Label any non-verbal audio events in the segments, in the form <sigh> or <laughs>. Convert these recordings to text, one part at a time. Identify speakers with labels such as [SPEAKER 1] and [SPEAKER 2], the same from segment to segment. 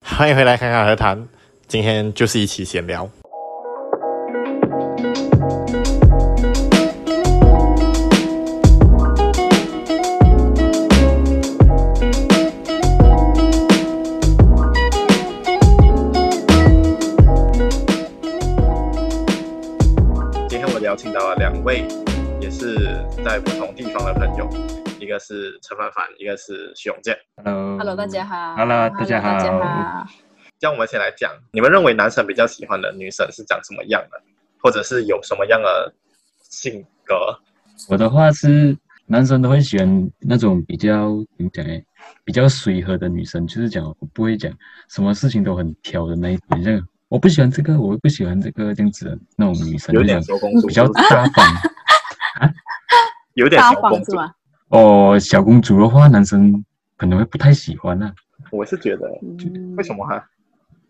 [SPEAKER 1] <laughs>
[SPEAKER 2] 欢迎回来，侃侃而谈。今天就是一起闲聊。
[SPEAKER 1] 今天我邀请到了两位，也是在不同地方的朋友，一个是陈凡凡，一个是许永健。
[SPEAKER 3] Hello，,
[SPEAKER 4] Hello，大家好。
[SPEAKER 3] Hello，大家好
[SPEAKER 4] 大家好。
[SPEAKER 1] 让我们先来讲，你们认为男生比较喜欢的女生是长什么样的，或者是有什么样的性格？
[SPEAKER 3] 我的话是，男生都会喜欢那种比较怎么讲诶，比较随和的女生，就是讲我不会讲什么事情都很挑的那一种，很像我不喜欢这个，我又不喜欢这个这样子的那种女生，
[SPEAKER 1] 有
[SPEAKER 3] 就
[SPEAKER 1] 点
[SPEAKER 3] 是
[SPEAKER 1] 小公主，
[SPEAKER 3] 比较大方。
[SPEAKER 1] 有点
[SPEAKER 4] 撒
[SPEAKER 1] 小公
[SPEAKER 4] 谎是
[SPEAKER 1] 主。
[SPEAKER 4] 吗？
[SPEAKER 3] 哦，小公主的话，男生可能会不太喜欢啊。
[SPEAKER 1] 我是觉得，
[SPEAKER 4] 嗯
[SPEAKER 1] 为什？么哈、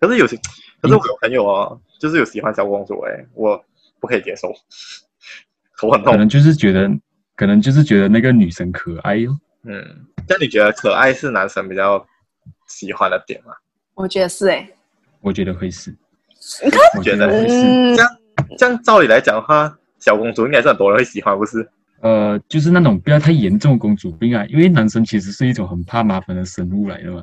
[SPEAKER 1] 可是有些，可是我有朋友哦，就是有喜欢小公主、欸，哎，我不可以接受，头很
[SPEAKER 3] 可
[SPEAKER 1] 痛。
[SPEAKER 3] 能就是觉得，可能就是觉得那个女生可爱哟、
[SPEAKER 1] 嗯，那你觉得可爱是男生比较喜欢的点吗？
[SPEAKER 4] 我觉得是哎、
[SPEAKER 3] 我觉得会是。
[SPEAKER 4] 你
[SPEAKER 3] 看，我觉得会哎是。
[SPEAKER 4] 嗯
[SPEAKER 1] 这，样这样照理来讲的话，小公主应该是很多人会喜欢，不是？
[SPEAKER 3] 呃，就是那种不要太严重的公主病啊，因为男生其实是一种很怕麻烦的生物来的嘛。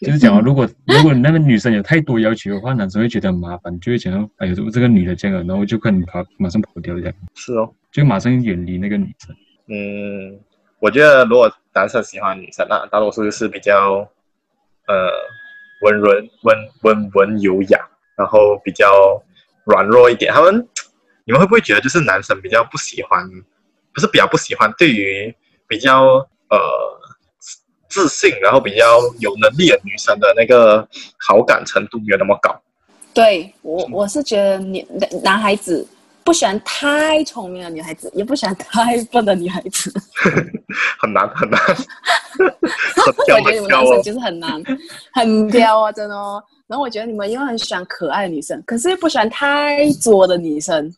[SPEAKER 3] 就是讲啊，如果如果那个女生有太多要求的话，男生会觉得很麻烦，就会讲到哎呦，这个女的这样啊，然后就看你跑，马上跑掉这样，
[SPEAKER 1] 是哦，
[SPEAKER 3] 就马上远离那个女生。
[SPEAKER 1] 嗯，我觉得如果男生喜欢女生啊，大多数就是比较呃温润、温温文优雅，然后比较软弱一点。他们你们会不会觉得就是男生比较不喜欢，不是比较不喜欢，对于比较呃自自信，然后比较有能力的女生的那个好感程度没有那么高？
[SPEAKER 4] 对我我是觉得女男男孩子不喜欢太聪明的女孩子，也不喜欢太笨的女孩子。
[SPEAKER 1] 很难
[SPEAKER 4] <laughs>
[SPEAKER 1] 很难， <laughs> 很
[SPEAKER 4] 我
[SPEAKER 1] 挑
[SPEAKER 4] 觉得你
[SPEAKER 1] 很
[SPEAKER 4] 们
[SPEAKER 1] 挑
[SPEAKER 4] 男
[SPEAKER 1] 哦
[SPEAKER 4] 生。就是很难， <laughs> 很挑啊，真的哦。然后我觉得你们又很喜欢可爱的女生，可是又不喜欢太作的女生，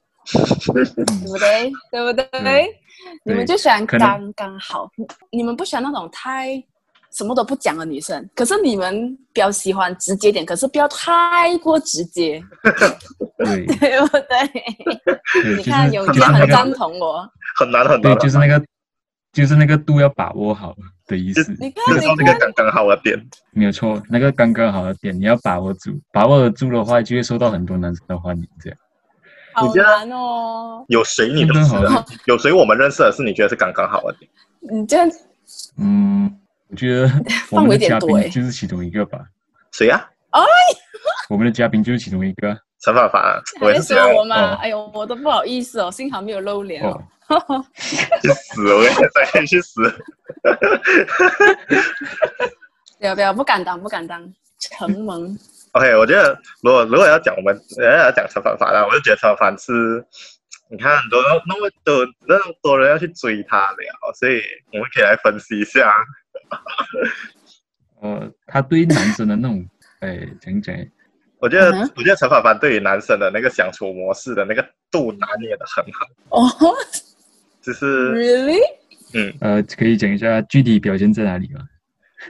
[SPEAKER 4] 对不对？对不对？
[SPEAKER 3] 对
[SPEAKER 4] 你们就喜欢
[SPEAKER 3] 可能
[SPEAKER 4] 刚刚好，你们不喜欢那种太什么都不讲的女生，可是你们比较喜欢直接点，可是不要太过直接， <laughs>
[SPEAKER 3] 对
[SPEAKER 4] 对不对？
[SPEAKER 3] 对，
[SPEAKER 4] 你
[SPEAKER 3] 就是
[SPEAKER 4] 看有
[SPEAKER 3] 就
[SPEAKER 4] 些
[SPEAKER 3] 是那
[SPEAKER 4] 很
[SPEAKER 3] 个
[SPEAKER 4] 赞同我，
[SPEAKER 1] 很难啊很
[SPEAKER 3] 对
[SPEAKER 1] 难，，
[SPEAKER 3] 就是那个就是那个度要把握好的意思，
[SPEAKER 4] 你看
[SPEAKER 1] 就是
[SPEAKER 4] 你
[SPEAKER 1] 到那
[SPEAKER 4] 看
[SPEAKER 1] 个刚刚好的点。
[SPEAKER 3] 没有错，那个刚刚好的点你要把握住，把握得住的话，就会受到很多男生的欢迎这样。
[SPEAKER 1] 你
[SPEAKER 4] 好
[SPEAKER 1] 觉得
[SPEAKER 4] 难哦，
[SPEAKER 1] 有谁你认识
[SPEAKER 3] 刚刚
[SPEAKER 1] 的？有谁我们认识的是你觉得是刚刚好的点？
[SPEAKER 4] 你这样
[SPEAKER 3] 嗯，我觉得我
[SPEAKER 4] 范
[SPEAKER 3] 们
[SPEAKER 4] 围有
[SPEAKER 3] 的
[SPEAKER 4] 点
[SPEAKER 3] 嘉
[SPEAKER 4] 多欸
[SPEAKER 3] 宾就是其中一个吧。
[SPEAKER 1] 谁呀、啊？
[SPEAKER 3] 我们的嘉宾就是其中一个啊。
[SPEAKER 1] 陈凡凡啊，我
[SPEAKER 4] 还
[SPEAKER 1] 也是觉
[SPEAKER 4] 说
[SPEAKER 1] 得嗯
[SPEAKER 4] 我嘛，
[SPEAKER 3] 哦
[SPEAKER 4] 哎呦，我都不好意思哦，幸好没有露脸哦。
[SPEAKER 3] 哦，
[SPEAKER 1] 去死，我也在 <laughs> 去死。
[SPEAKER 4] 不要不要，啊不敢当，不敢当，承
[SPEAKER 1] <laughs>
[SPEAKER 4] 蒙
[SPEAKER 1] OK，我觉得如果如果要讲我们如果要讲陈凡凡啊，我就觉得陈凡是，你看很多那么多那么多人要去追他了，所以我们可以来分析一下。
[SPEAKER 3] 呃，他对男生的那种，哎，讲讲，
[SPEAKER 1] 我觉得、
[SPEAKER 4] 嗯哼
[SPEAKER 1] 我觉得陈凡凡对于男生的那个相处模式的那个度拿捏的很好，
[SPEAKER 4] 哦、
[SPEAKER 1] 就是。
[SPEAKER 4] really？
[SPEAKER 3] 呃，可以讲一下具体表现在哪里吗？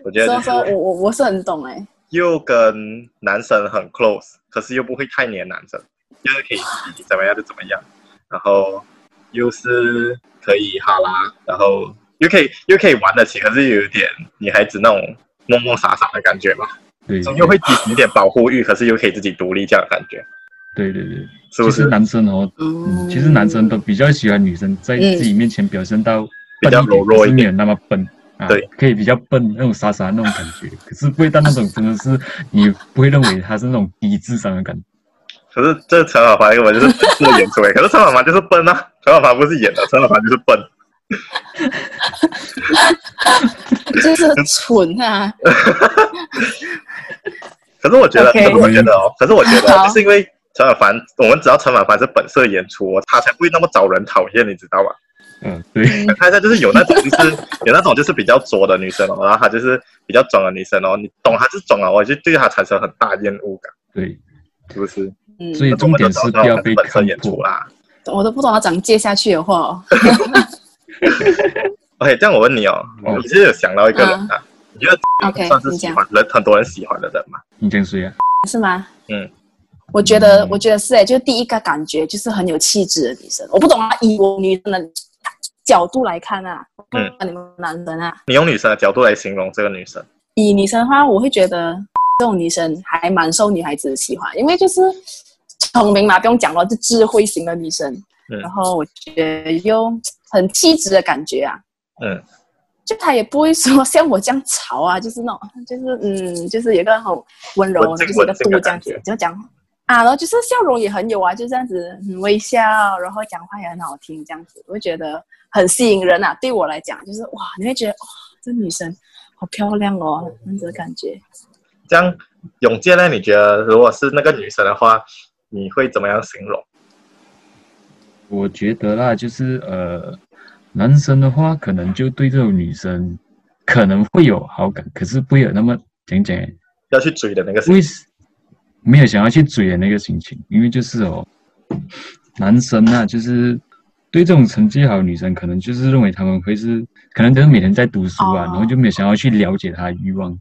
[SPEAKER 1] 我觉得就
[SPEAKER 4] 所以说
[SPEAKER 1] 是
[SPEAKER 4] 我我我是很懂哎、
[SPEAKER 1] 又跟男生很 close，可是又不会太黏男生，就是可以自己怎么样就怎么样，然后又是可以哈拉，然后又可以又可以玩得起，可是又有点女孩子那种懵懵傻傻的感觉吧，
[SPEAKER 3] 对，
[SPEAKER 1] 就又会激起一点保护欲，可是又可以自己独立这样的感觉，
[SPEAKER 3] 对对对，
[SPEAKER 1] 是不
[SPEAKER 3] 其实
[SPEAKER 1] 是？
[SPEAKER 3] 男生哦，嗯，
[SPEAKER 4] 嗯，
[SPEAKER 3] 其实男生都比较喜欢女生在
[SPEAKER 4] 嗯
[SPEAKER 3] 自己面前表现到
[SPEAKER 1] 比
[SPEAKER 3] 笨
[SPEAKER 1] 较
[SPEAKER 3] 一
[SPEAKER 1] 柔
[SPEAKER 3] 点，
[SPEAKER 1] 弱
[SPEAKER 3] 可是
[SPEAKER 1] 一
[SPEAKER 3] 没
[SPEAKER 1] 点
[SPEAKER 3] 有那么笨。啊
[SPEAKER 1] 对，
[SPEAKER 3] 可以比较笨那种傻傻那种感觉，可是不会到那种真的是你不会认为他是那种低智商的感觉。
[SPEAKER 1] 可是这陈小凡根本就是笨的演出欸诶，可是陈小凡就是笨啊，陈小凡不是演的，陈小凡就是笨。
[SPEAKER 4] 嗯就是蠢
[SPEAKER 1] <laughs>
[SPEAKER 4] 啊，
[SPEAKER 1] 可是我觉得
[SPEAKER 4] OK
[SPEAKER 1] 可是我觉得哦，
[SPEAKER 3] 嗯
[SPEAKER 1] 可是我觉得
[SPEAKER 4] 好
[SPEAKER 1] 就是因为陈小凡，我们只要陈小凡是本色演出哦，他才不会那么招人讨厌，你知道吗？
[SPEAKER 3] 嗯，对，
[SPEAKER 1] 想看一下，就是有那种就是
[SPEAKER 4] <laughs>
[SPEAKER 1] 有那种就是比较作的女生哦，然后她就是比较装的女生哦，你懂她是装哦，我就对她产生很大厌恶感，
[SPEAKER 3] 对，
[SPEAKER 1] 是不是？
[SPEAKER 4] 嗯，
[SPEAKER 3] 所以重点是不要被
[SPEAKER 1] 本色
[SPEAKER 3] 看
[SPEAKER 1] 演出
[SPEAKER 3] 破。
[SPEAKER 1] 啦。
[SPEAKER 4] 我都不懂他怎么接下去的话哦。
[SPEAKER 1] OK，这样我问你哦，
[SPEAKER 3] 嗯
[SPEAKER 1] 你是有想到一个人啊，你觉得
[SPEAKER 4] 嗯 OK，
[SPEAKER 1] 算是
[SPEAKER 4] 你
[SPEAKER 1] 喜
[SPEAKER 4] 讲
[SPEAKER 1] 欢人很多人喜欢的人吗？
[SPEAKER 3] 你讲谁啊？
[SPEAKER 4] 是吗？
[SPEAKER 1] 嗯，
[SPEAKER 4] 我觉得
[SPEAKER 3] 嗯，
[SPEAKER 4] 我觉得是诶，欸就第一个感觉就是很有气质的女生。我不懂啊，以我女生的角度来看啊，不
[SPEAKER 1] 嗯
[SPEAKER 4] 懂你们男生啊，
[SPEAKER 1] 你用女生的角度来形容这个女生，
[SPEAKER 4] 以女生的话，我会觉得这种女生还蛮受女孩子的喜欢，因为就是聪明嘛，不用讲了，就智慧型的女生。
[SPEAKER 1] 嗯
[SPEAKER 4] 然后我觉得又很气质的感觉啊，
[SPEAKER 1] 嗯，
[SPEAKER 4] 就她也不会说 <laughs> 像我这样吵啊，就是那种，就是嗯，就是有一个很温柔，
[SPEAKER 1] 文静
[SPEAKER 4] 就是一个
[SPEAKER 1] 文静的
[SPEAKER 4] 度这样
[SPEAKER 1] 感觉
[SPEAKER 4] 子，就讲啊，然后就是笑容也很有啊，就这样子很微笑，然后讲话也很好听，这样子，我就觉得很吸引人啊。对我来讲，就是哇，你会觉得哇、这女生好漂亮哦，那样子的感觉。
[SPEAKER 1] 这样永健呢？你觉得如果是那个女生的话，你会怎么样形容？
[SPEAKER 3] 我觉得啦，就是呃，男生的话可能就对这种女生可能会有好感，可是不会有那么讲讲，
[SPEAKER 1] 要去追的那个
[SPEAKER 3] 为什没有想要去追的那个心情，因为就是哦，男生啊，就是对这种成绩好的女生，可能就是认为他们会是，可能就是每天在读书啊，
[SPEAKER 4] 哦
[SPEAKER 3] 然后就没有想要去了解她的欲望。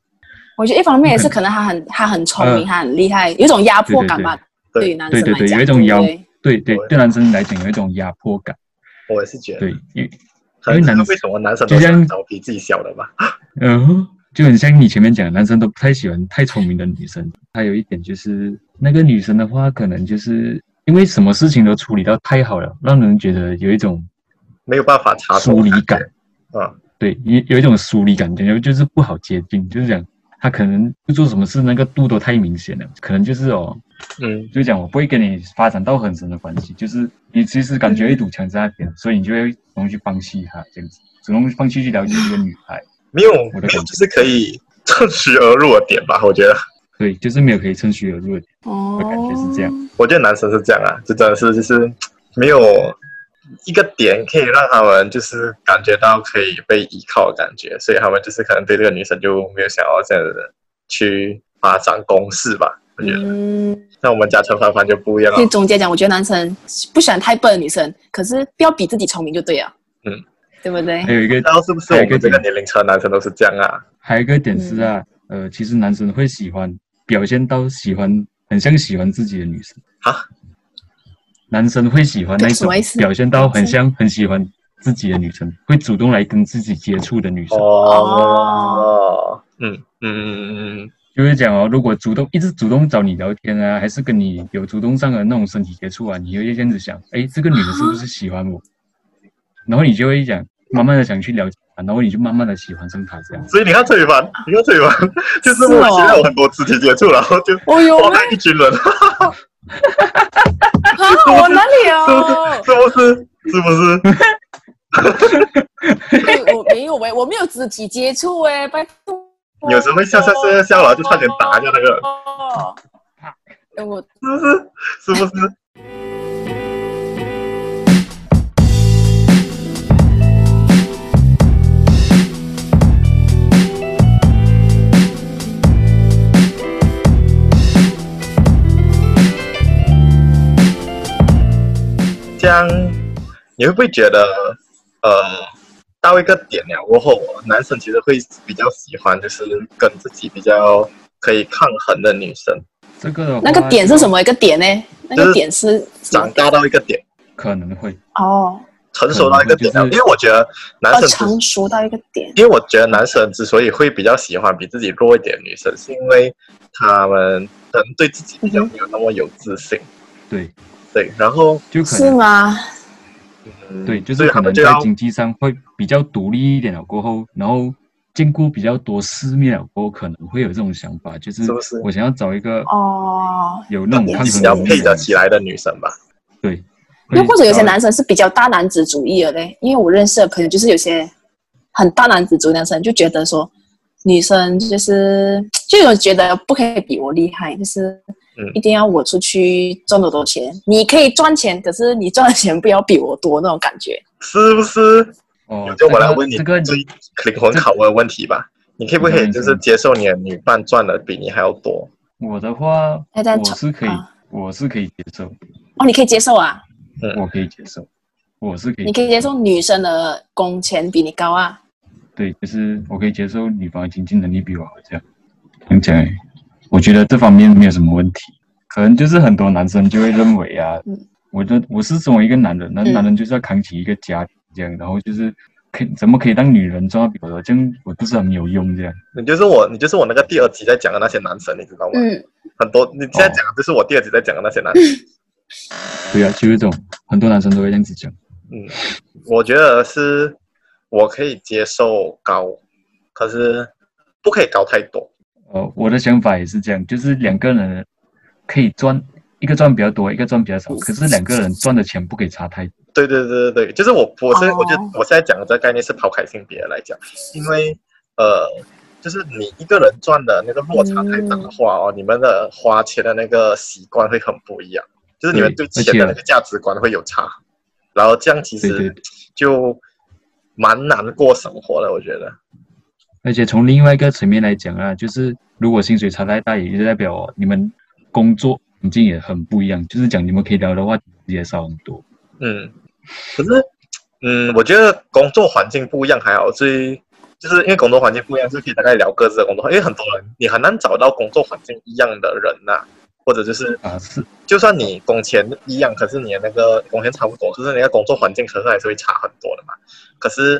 [SPEAKER 4] 我觉得一方
[SPEAKER 1] <laughs>
[SPEAKER 4] 面也是可能她很她很聪
[SPEAKER 3] 嗯
[SPEAKER 4] 明，她很厉害，有一种压迫感吧，
[SPEAKER 1] 对对对
[SPEAKER 4] 于男生
[SPEAKER 3] 对对对，
[SPEAKER 4] 来讲，
[SPEAKER 3] 有一种
[SPEAKER 4] 对
[SPEAKER 3] 压
[SPEAKER 4] 不对，
[SPEAKER 3] 对对对男生来讲有一种压迫感。
[SPEAKER 1] 我也是觉得
[SPEAKER 3] 对，，因为
[SPEAKER 1] 可能
[SPEAKER 3] 因为
[SPEAKER 1] 是
[SPEAKER 3] 男
[SPEAKER 1] 为什么男生
[SPEAKER 3] 就
[SPEAKER 1] 都喜欢
[SPEAKER 3] 像
[SPEAKER 1] 找比自己小的吧？
[SPEAKER 3] 嗯、就很像你前面讲，男生都不太喜欢太聪明的女生。还有一点就是，那个女生的话，可能就是因为什么事情都处理到太好了，让人觉得有一种
[SPEAKER 1] 没有办法查
[SPEAKER 3] 疏离感。
[SPEAKER 1] 啊，
[SPEAKER 3] 对，有有一种疏离感，感觉就是不好接近，就是讲他可能就做什么事那个度都太明显了，可能就是哦，
[SPEAKER 1] 嗯，
[SPEAKER 3] 就讲我不会跟你发展到很深的关系，就是你其实感觉有一堵墙在那边，所以你就会主动去放弃他这样子，主动放弃去了解这个女孩，
[SPEAKER 1] 没有，
[SPEAKER 3] 的
[SPEAKER 1] 没
[SPEAKER 3] 感觉
[SPEAKER 1] 有，就是可以趁虚而入的点吧。我觉得，
[SPEAKER 3] 对，就是没有可以趁虚而入的，
[SPEAKER 4] 哦，
[SPEAKER 3] 我感觉是这样。
[SPEAKER 1] 我觉得男生是这样啊，就真的是就是没有一个点可以让他们就是感觉到可以被依靠的感觉，所以他们就是可能对这个女生就没有想要这样子去发展攻势吧。我觉得，
[SPEAKER 4] 嗯，
[SPEAKER 1] 那我们家陈凡凡就不一样了
[SPEAKER 4] 所以。总结讲，我觉得男生不喜欢太笨的女生，可是不要比自己聪明就对了，
[SPEAKER 1] 嗯，
[SPEAKER 4] 对不对
[SPEAKER 3] 还？有一个
[SPEAKER 1] 不知道是不是我们这个年龄层的男生都是这样啊？
[SPEAKER 3] 还有一个点是啊，
[SPEAKER 4] 嗯
[SPEAKER 3] 呃，其实男生会喜欢表现到喜欢，很像喜欢自己的女生
[SPEAKER 1] 啊。
[SPEAKER 3] 男生会喜欢那
[SPEAKER 4] 什
[SPEAKER 3] 种
[SPEAKER 4] 么意思
[SPEAKER 3] 表现到很像很喜欢自己的女生，会主动来跟自己接触的女生，
[SPEAKER 1] 哦，嗯嗯嗯嗯嗯，
[SPEAKER 3] 就是讲哦，如果主动一直主动找你聊天啊，还是跟你有主动上的那种身体接触啊，你会这样子想，哎，这个女的是不是喜欢我？然后你就会讲，慢慢的想去了解她，然后你就慢慢的喜欢上她这样。
[SPEAKER 1] 所以你看崔宇凡，你看崔宇 <laughs> 凡，就是我现在有很多肢体接触，然后就 <laughs>
[SPEAKER 4] 哦哟，
[SPEAKER 1] 祸害一群人，
[SPEAKER 4] 啊我哪
[SPEAKER 1] <laughs>
[SPEAKER 4] 里有？
[SPEAKER 1] 是不是？是不 <laughs> 是？
[SPEAKER 4] 哎我没有喂，我没有肢体接触哎，拜托。
[SPEAKER 1] 有时候会笑笑笑笑笑，然后就差点打一下那个人，
[SPEAKER 4] 哦。哎我
[SPEAKER 1] 是不是？是不是？这样你会不会觉得，呃，到一个点了过后，男生其实会比较喜欢就是跟自己比较可以抗衡的女生，
[SPEAKER 3] 这个的话
[SPEAKER 4] 那个点是什么？一个点呢？那个点是什么
[SPEAKER 1] 长大到一个点，
[SPEAKER 3] 可能会。
[SPEAKER 4] 哦，
[SPEAKER 1] 成熟到一个点了，
[SPEAKER 3] 可能就是
[SPEAKER 1] 因为我觉得男
[SPEAKER 4] 要
[SPEAKER 1] 生之，
[SPEAKER 4] 成熟到一个点。
[SPEAKER 1] 因为我觉得男生之所以会比较喜欢比自己弱一点的女生，是因为他们可能对自己比较没有那么有自信，
[SPEAKER 3] 对，
[SPEAKER 1] 对，然后
[SPEAKER 3] 就可
[SPEAKER 4] 是
[SPEAKER 3] 能
[SPEAKER 4] 吗？
[SPEAKER 1] 嗯
[SPEAKER 3] 对，就
[SPEAKER 1] 所以
[SPEAKER 3] 是可
[SPEAKER 1] 他
[SPEAKER 3] 能
[SPEAKER 1] 们就
[SPEAKER 3] 在
[SPEAKER 1] 要
[SPEAKER 3] 经济上会比较独立一点了过后，然后经过比较多世面了过后，可能会有这种想法，就是
[SPEAKER 1] 是不是
[SPEAKER 3] 我想要找一个
[SPEAKER 4] 哦，
[SPEAKER 3] 有那种
[SPEAKER 1] 我
[SPEAKER 3] 抗
[SPEAKER 1] 们
[SPEAKER 3] 衡
[SPEAKER 1] 比
[SPEAKER 3] 的
[SPEAKER 1] 较
[SPEAKER 3] 能力
[SPEAKER 1] 配得
[SPEAKER 3] 的
[SPEAKER 1] 起来的女生吧，
[SPEAKER 3] 对，
[SPEAKER 4] 又或者有些
[SPEAKER 3] 会
[SPEAKER 4] 男生是比较大男子主义的嘞，因为我认识的朋友就是有些很大男子主义的男生就觉得说，女生就是就有觉得不可以比我厉害，就是
[SPEAKER 1] 嗯
[SPEAKER 4] 一定要我出去赚多多钱，你可以赚钱，可是你赚的钱不要比我多那种感觉。
[SPEAKER 1] 是不是？
[SPEAKER 3] 哦，
[SPEAKER 1] 就我来问你
[SPEAKER 3] 这个
[SPEAKER 1] 最
[SPEAKER 3] 这个
[SPEAKER 1] 灵魂拷问的问题吧，你可不可以就是接受你的女伴赚的比你还要多？
[SPEAKER 3] 我的话，
[SPEAKER 4] 哎但
[SPEAKER 3] 我
[SPEAKER 4] 从
[SPEAKER 3] 是可以
[SPEAKER 4] 啊，
[SPEAKER 3] 我是可以接受，
[SPEAKER 4] 哦，你可以接受啊，
[SPEAKER 1] 嗯
[SPEAKER 3] 我可以接受，我是可以，
[SPEAKER 4] 你可以接受女生的工钱比你高啊，
[SPEAKER 3] 对，就是我可以接受女方经济能力比我好这样。这样讲而已，我觉得这方面没有什么问题。可能就是很多男生就会认为啊，
[SPEAKER 4] 嗯
[SPEAKER 3] 我的我是作为一个男人，那
[SPEAKER 4] 嗯
[SPEAKER 3] 男人就是要扛起一个家庭这样，然后就是可以怎么可以让女人赚到比我多，这样我不是很有用这样。
[SPEAKER 1] 你就是我，你就是我那个第二集在讲的那些男神，你知道吗？
[SPEAKER 4] 嗯，
[SPEAKER 1] 很多你现在讲的就是我第二集在讲的那些男神。
[SPEAKER 3] 对啊，就是这种，很多男生都会这样子讲。
[SPEAKER 1] 嗯，我觉得是我可以接受高，可是不可以高太多。
[SPEAKER 3] 呃，我的想法也是这样，就是两个人可以赚，一个赚比较多，一个赚比较
[SPEAKER 4] 嗯
[SPEAKER 3] 少，可是两个人赚的钱不可以差太多。
[SPEAKER 1] 对对对对对，就是我我是、
[SPEAKER 4] 哦
[SPEAKER 1] 我觉得我现在讲的这个概念是抛开性别来讲，因为呃，就是你一个人赚的那个落差太大的话
[SPEAKER 3] 嗯
[SPEAKER 1] 哦，你们的花钱的那个习惯会很不一样，就是你们对
[SPEAKER 3] 对而且
[SPEAKER 1] 钱的那个价值观会有差，然后这样其
[SPEAKER 3] 对对
[SPEAKER 1] 实
[SPEAKER 3] 对
[SPEAKER 1] 就蛮难过生活的，我觉得。
[SPEAKER 3] 而且从另外一个层面来讲啊，就是如果薪水差太大，也就代表你们工作环境也很不一样，就是讲你们可以聊的话题也少很多。
[SPEAKER 1] 嗯，可是，嗯，我觉得工作环境不一样还好，最就是因为工作环境不一样，就可以大概聊各自的工作。因为很多人你很难找到工作环境一样的人呐、或者就是
[SPEAKER 3] 啊，是
[SPEAKER 1] 就算你工钱一样，可是你的那个工钱差不多，就是你的工作环境可是还是会差很多的嘛。可是，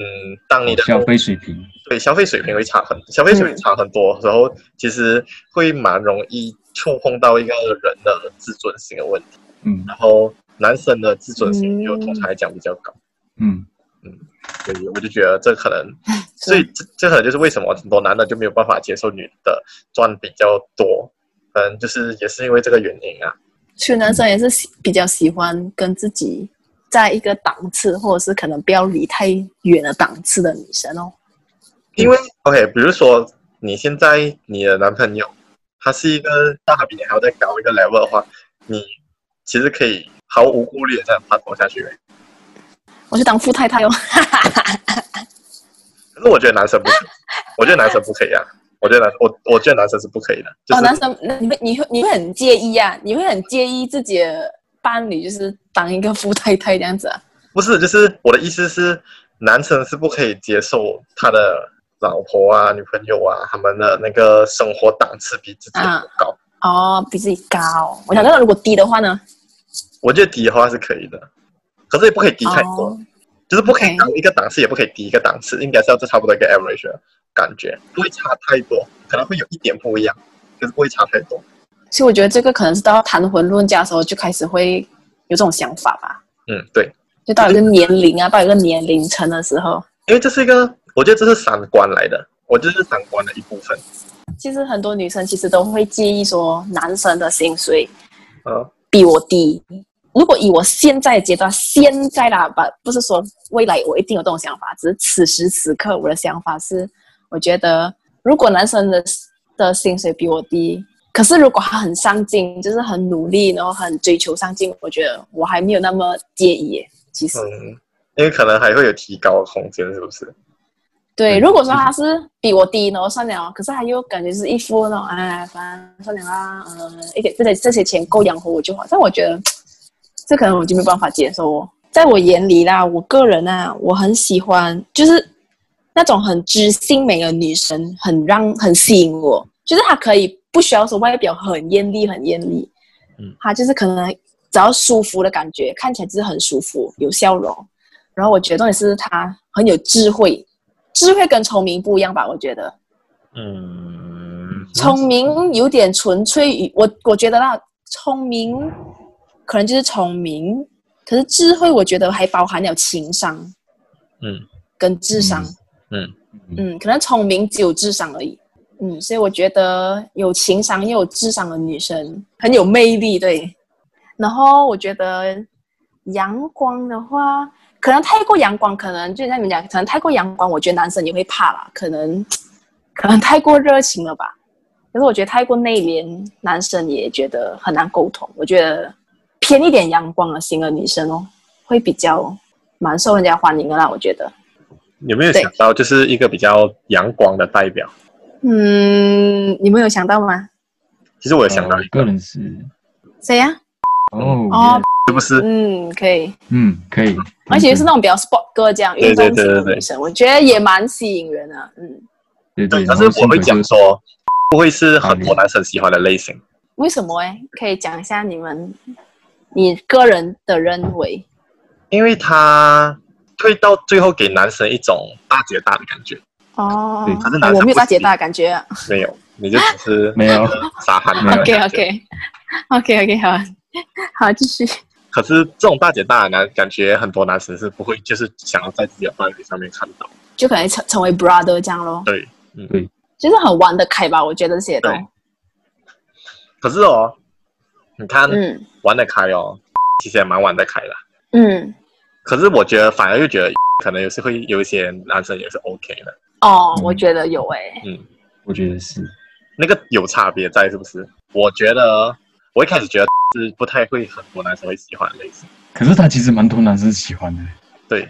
[SPEAKER 1] 嗯，当你的
[SPEAKER 3] 消
[SPEAKER 1] 工
[SPEAKER 3] 费水平，
[SPEAKER 1] 对消费水平会差很，消费水平差很多，然后其实会蛮容易触碰到一个人的自尊心的问题。
[SPEAKER 3] 嗯
[SPEAKER 1] 然后男生的自尊
[SPEAKER 4] 嗯
[SPEAKER 1] 心就通常来讲比较高，
[SPEAKER 3] 嗯，
[SPEAKER 1] 所以我就觉得这可能，所以
[SPEAKER 4] 对
[SPEAKER 1] 这这可能就是为什么很多男的就没有办法接受女的赚比较多，可能就是也是因为这个原因啊。
[SPEAKER 4] 所以男生也是喜比较喜欢跟自己在一个档次，或者是可能不要离太远的档次的女生哦。
[SPEAKER 1] 因为 OK，比如说你现在你的男朋友他是一个大比你还要再高一个 level 的话，你其实可以毫无顾虑的这样攀头下去。
[SPEAKER 4] 我去当富太太哦，
[SPEAKER 1] 可是我觉得男生不，我觉得男生不可以啊，我觉得男我我觉得男生是不可以的，就
[SPEAKER 4] 哦，
[SPEAKER 1] 是
[SPEAKER 4] 男生，那你会你会你会很介意啊？你会很介意自己的伴侣就是当一个富太太这样子啊？
[SPEAKER 1] 不是，就是我的意思是，男生是不可以接受他的老婆啊、女朋友啊，他们的那个生活档次比自己
[SPEAKER 4] 啊
[SPEAKER 1] 高。
[SPEAKER 4] 哦，比自己高。我想知道，如果低的话呢？
[SPEAKER 1] 我觉得低的话是可以的，可是也不可以低太多，
[SPEAKER 4] 哦，
[SPEAKER 1] 就是不可以
[SPEAKER 4] OK
[SPEAKER 1] 高一个档次，也不可以低一个档次，应该是要差不多一个 average 的感觉，不会差太多，可能会有一点不一样，可是不会差太多。
[SPEAKER 4] 所以我觉得这个可能是到谈婚论嫁的时候就开始会有这种想法吧。
[SPEAKER 1] 嗯，对，
[SPEAKER 4] 就到一个年龄啊，到一个年龄层的时候，
[SPEAKER 1] 因为这是一个，我觉得这是三观来的，我觉得这是三观的一部分。
[SPEAKER 4] 其实很多女生其实都会介意说男生的薪水
[SPEAKER 1] 啊，
[SPEAKER 4] 比我低。如果以我现在的阶段，现在啦，吧，不是说未来我一定有这种想法，只是此时此刻我的想法是，我觉得如果男生的的薪水比我低，可是如果他很上进，就是很努力，然后很追求上进，我觉得我还没有那么介意耶。其实，
[SPEAKER 1] 嗯，因为可能还会有提高的空间，是不是？
[SPEAKER 4] 对，
[SPEAKER 3] 嗯
[SPEAKER 4] 如果说他是比我低，然后算了，哦可是他又感觉是一副那种，哎，反正算了啦，嗯、一点这点这些钱够养活我就好。但我觉得这可能我就没办法接受哦。在我眼里啦，我个人啊，我很喜欢就是那种很知性美的女生，很让很吸引我，就是她可以不需要说外表很艳丽很艳丽，
[SPEAKER 2] 嗯，
[SPEAKER 4] 她就是可能只要舒服的感觉，看起来就是很舒服，有笑容。然后我觉得重点是她很有智慧，智慧跟聪明不一样吧？我觉得
[SPEAKER 2] 嗯，
[SPEAKER 1] 啊
[SPEAKER 4] 聪明有点纯粹于我，我觉得啦，聪明可能就是聪明，可是智慧我觉得还包含了情商，
[SPEAKER 2] 嗯，
[SPEAKER 4] 跟智商，
[SPEAKER 3] 嗯
[SPEAKER 4] 嗯，可能聪明只有智商而已，嗯，所以我觉得有情商又有智商的女生很有魅力，对。然后我觉得阳光的话，可能太过阳光，可能就像你们讲，可能太过阳光，我觉得男生也会怕啦，可能可能太过热情了吧。可是我觉得太过内敛，男生也觉得很难沟通。我觉得偏一点阳光的型的女生哦，会比较蛮受人家欢迎的啦。我觉得，
[SPEAKER 1] 有没有
[SPEAKER 4] 对
[SPEAKER 1] 想到，就是一个比较阳光的代表？
[SPEAKER 4] 嗯，你们有想到吗？
[SPEAKER 1] 其实我有
[SPEAKER 3] 呃我
[SPEAKER 1] 想到
[SPEAKER 3] 我，个人是
[SPEAKER 4] 谁呀、
[SPEAKER 3] 哦
[SPEAKER 4] 哦，
[SPEAKER 1] 是不是？
[SPEAKER 4] 嗯，可以，
[SPEAKER 3] 嗯，可以。
[SPEAKER 4] 而且是那种比较 sport 哥这样
[SPEAKER 1] 对
[SPEAKER 4] 运动
[SPEAKER 1] 对
[SPEAKER 4] 型
[SPEAKER 1] 对对
[SPEAKER 4] 的
[SPEAKER 1] 对
[SPEAKER 4] 女生，我觉得也蛮吸引人的。嗯，
[SPEAKER 3] 对对，
[SPEAKER 1] 但
[SPEAKER 3] 然
[SPEAKER 1] 是
[SPEAKER 3] 后
[SPEAKER 1] 我会
[SPEAKER 3] 性格
[SPEAKER 1] 讲
[SPEAKER 3] 就是
[SPEAKER 1] 说，不会是很多男生喜欢的类型。
[SPEAKER 4] 为什么哎？可以讲一下你们嗯你个人的认为？
[SPEAKER 1] 因为他推到最后给男生一种大姐大的感觉，
[SPEAKER 4] 哦
[SPEAKER 3] 对
[SPEAKER 1] 他是男生
[SPEAKER 4] 我没有
[SPEAKER 1] 不
[SPEAKER 4] 大
[SPEAKER 1] 行
[SPEAKER 4] 姐大的
[SPEAKER 1] <laughs>
[SPEAKER 4] 感觉啊。
[SPEAKER 1] 没有，你就只是
[SPEAKER 3] 没有
[SPEAKER 1] 一个傻憨的
[SPEAKER 4] OK
[SPEAKER 1] 感觉
[SPEAKER 4] OK OK OK 好， <laughs> 好继续。
[SPEAKER 1] 可是这种大姐大的男，感觉很多男生是不会，就是想要在自己的伴侣上面看到。
[SPEAKER 4] 就可能成成为 brother 这样咯，
[SPEAKER 1] 对，
[SPEAKER 4] 就是很玩得开吧，我觉得这些都，
[SPEAKER 1] 对可是哦，你看、
[SPEAKER 4] 嗯
[SPEAKER 1] 玩得开哦，其实也蛮玩得开的。
[SPEAKER 4] 嗯，
[SPEAKER 1] 可是我觉得反而又觉得 <laughs> 可能有时会有一些男生也是 OK 的，
[SPEAKER 4] 哦，
[SPEAKER 3] 嗯
[SPEAKER 4] 我觉得有诶、
[SPEAKER 3] 我觉得是，
[SPEAKER 1] 那个有差别在是不是？我觉得我一开始觉得是不太会很多男生会喜欢的类型。
[SPEAKER 3] 可是他其实蛮多男生喜欢的。
[SPEAKER 1] 对，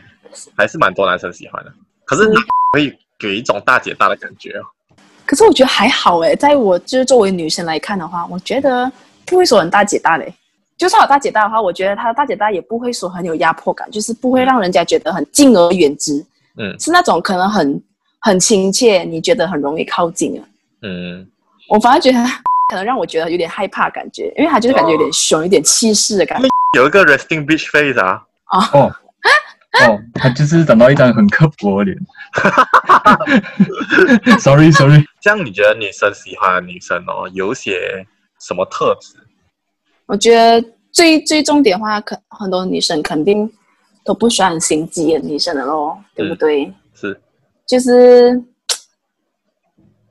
[SPEAKER 1] 还是蛮多男生喜欢的。可是
[SPEAKER 4] 嗯
[SPEAKER 1] 男 <laughs> 会给一种大姐大的感觉哦。
[SPEAKER 4] 可是我觉得还好诶、在我就是作为女生来看的话，我觉得不会说很大姐大嘞。就算有大姐大的话，我觉得她的大姐大也不会说很有压迫感，就是不会让人家觉得很敬而远之，
[SPEAKER 1] 嗯
[SPEAKER 4] 是那种可能很很亲切，你觉得很容易靠近啊。
[SPEAKER 1] 嗯，
[SPEAKER 4] 我反而觉得 <laughs> 可能让我觉得有点害怕的感觉，因为她就是感觉有点凶，有点气势的感觉。
[SPEAKER 1] 有一个 resting bitch face 啊，
[SPEAKER 3] 哦哦，他就是长到一张很刻薄 <laughs> 的 <laughs> 脸。sorry sorry，
[SPEAKER 1] 这样你觉得女生喜欢的女生哦，有些什么特质？
[SPEAKER 4] 我觉得最最重点的话，可很多女生肯定都不喜欢心机的女生的咯，对不对？
[SPEAKER 1] 是
[SPEAKER 4] 就是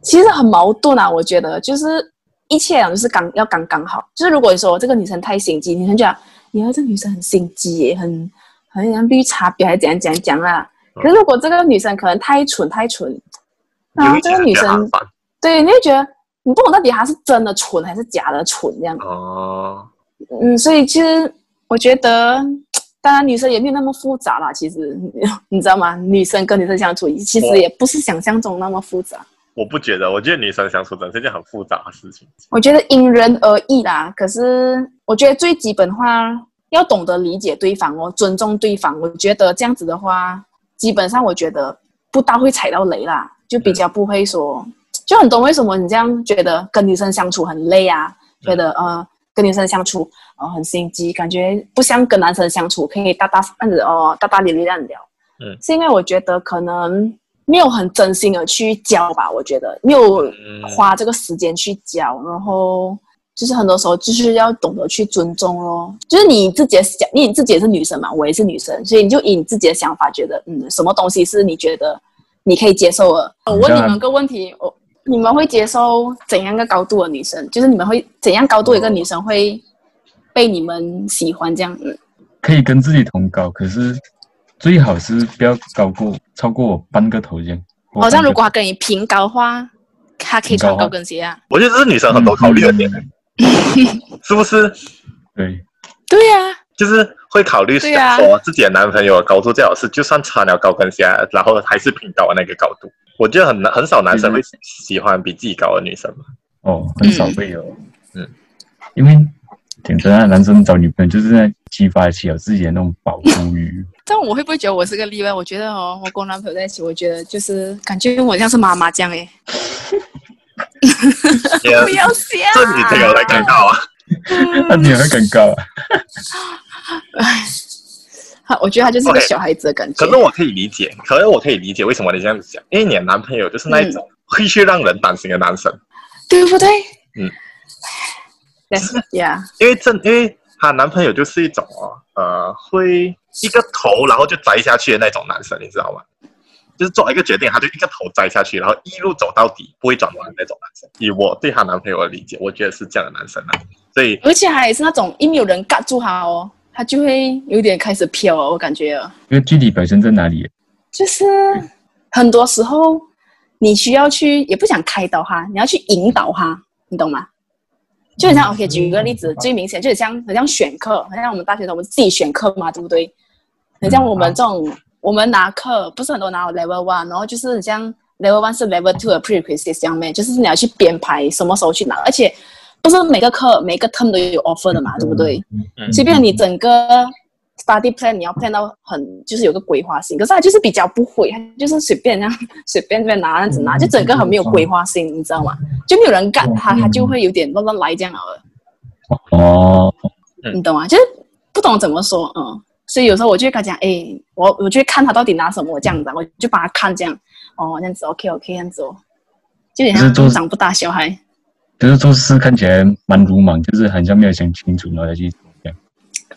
[SPEAKER 4] 其实很矛盾啊，我觉得就是一切啊，就是刚要刚刚好。就是如果你说这个女生太心机，女生就讲，呀，这女生很心机耶，很很像绿茶婊，还是怎样怎样讲啦。
[SPEAKER 1] 嗯
[SPEAKER 4] 可是如果这个女生可能太蠢太蠢，然后
[SPEAKER 1] 有一
[SPEAKER 4] 啊这
[SPEAKER 1] 些
[SPEAKER 4] 个
[SPEAKER 1] 人
[SPEAKER 4] 女
[SPEAKER 1] 觉得她很
[SPEAKER 4] 生
[SPEAKER 1] 烦
[SPEAKER 4] 对你会觉得你不懂到底她是真的蠢还是假的蠢这样。
[SPEAKER 1] 哦，
[SPEAKER 4] 嗯，所以其实我觉得，当然女生也没有那么复杂啦。其实 <laughs> 你知道吗？女生跟女生相处，其实也不是想象中那么复杂。
[SPEAKER 1] 我不觉得，我觉得女生相处真是一件很复杂的事情。
[SPEAKER 4] 我觉得因人而异啦。可是我觉得最基本的话，要懂得理解对方哦，尊重对方。我觉得这样子的话，基本上我觉得不大会踩到雷啦，就比较不会说，就很懂为什么你这样觉得跟女生相处很累啊，
[SPEAKER 1] 嗯
[SPEAKER 4] 觉得呃跟女生相处呃很心机，感觉不像跟男生相处可以大大这样子哦大大咧咧这样聊。
[SPEAKER 1] 嗯
[SPEAKER 4] 是因为我觉得可能没有很真心的去教吧，我觉得没有
[SPEAKER 1] 嗯，
[SPEAKER 4] 花这个时间去教，然后就是很多时候就是要懂得去尊重咯。就是你自己的想，因为你自己也是女生嘛，我也是女生，所以你就以你自己的想法觉得，嗯，什么东西是你觉得你可以接受的。我问你们个问题，我你们会接受怎样一个高度的女生？就是你们会怎样高度的一个女生会被你们喜欢这样？嗯，
[SPEAKER 3] 可以跟自己同高，可是最好是不要高过超过我半个头这样。我
[SPEAKER 4] 好像
[SPEAKER 3] 半个
[SPEAKER 4] 如果她跟你平高的话，她可以穿
[SPEAKER 3] 平高
[SPEAKER 4] 高
[SPEAKER 3] 啊
[SPEAKER 4] 跟鞋啊。
[SPEAKER 1] 我觉得这是女生很多考虑的点，是不是？
[SPEAKER 3] 嗯对，
[SPEAKER 4] 对啊呀、
[SPEAKER 1] 就是会考虑
[SPEAKER 4] 对
[SPEAKER 1] 想
[SPEAKER 4] 啊
[SPEAKER 1] 说自己的男朋友的高度最好是，就算穿了高跟鞋，然后还是平高的那个高度。我觉得很很少男生会喜欢比自己高的女生嘛。
[SPEAKER 3] 哦，很少会有，
[SPEAKER 1] 嗯，
[SPEAKER 3] 因为讲真的，男生找女朋友就是在激发起有自己的那种保护欲。
[SPEAKER 4] 但我会不会觉得我是个例外？我觉得哦，我跟我男朋友在一起，我觉得就是感觉我像是妈妈这样欸诶。
[SPEAKER 1] 也
[SPEAKER 4] <laughs> 不要啊笑，
[SPEAKER 1] 这女朋友在尴尬啊！
[SPEAKER 4] 嗯
[SPEAKER 3] 那你也会尴尬啊？
[SPEAKER 4] 他我觉得他就是个
[SPEAKER 1] OK
[SPEAKER 4] 小孩子的感觉。
[SPEAKER 1] 可是我可以理解，可是我可以理解为什么你这样子讲，因为你的男朋友就是那一种会去让人担心的男生，
[SPEAKER 4] 对不对？
[SPEAKER 1] 嗯。
[SPEAKER 4] 呀，
[SPEAKER 1] 因为正因为她男朋友就是一种哦，呃，会一个头然后就摘下去的那种男生，你知道吗？就是做一个决定，他就一个头摘下去，然后一路走到底，不会转弯的那种男生。以我对她男朋友的理解，我觉得是这样的男生啊。所以
[SPEAKER 4] 而且他也是那种一没有人尬住他哦，他就会有点开始飘哦，我感觉哦
[SPEAKER 3] 因为具体表现在哪里？
[SPEAKER 4] 就是很多时候你需要去，也不想开导他，你要去引导他，你懂吗？就很像 OK，举一个例子，最嗯明显就很像很像选课，很像我们大学的时候我们自己选课嘛，对不对？很像我们这种，我们拿课不是很多拿 level one，然后就是很像 level one 是 level two 的 prerequisite 这样面，就是你要去编排什么时候去拿，而且。不是每个课每个 term 都有 offer 的嘛，对不对？
[SPEAKER 1] 嗯
[SPEAKER 4] 即便你整个 study plan 你要 plan 到很就是有个规划性，可是他就是比较不会，他就是随便这样 <laughs> 随便这样拿这样子
[SPEAKER 3] 嗯
[SPEAKER 4] 拿，就整个很没有规划性，你知道吗？就没有人干他，
[SPEAKER 3] 嗯
[SPEAKER 4] 他就会有点乱乱来这样了。
[SPEAKER 3] 哦，
[SPEAKER 4] 你懂吗？就是不懂怎么说，嗯，所以有时候我就会跟他讲，哎，我我就会看他到底拿什么，我这样子啊，我就帮他看这样，哦，这样子，OK OK，这样子哦，就有点
[SPEAKER 3] 可是就
[SPEAKER 4] 像
[SPEAKER 3] 是
[SPEAKER 4] 长不大小孩，
[SPEAKER 3] 可是做事看起来蛮鲁莽，就是很像没有想清楚，然后再去这样。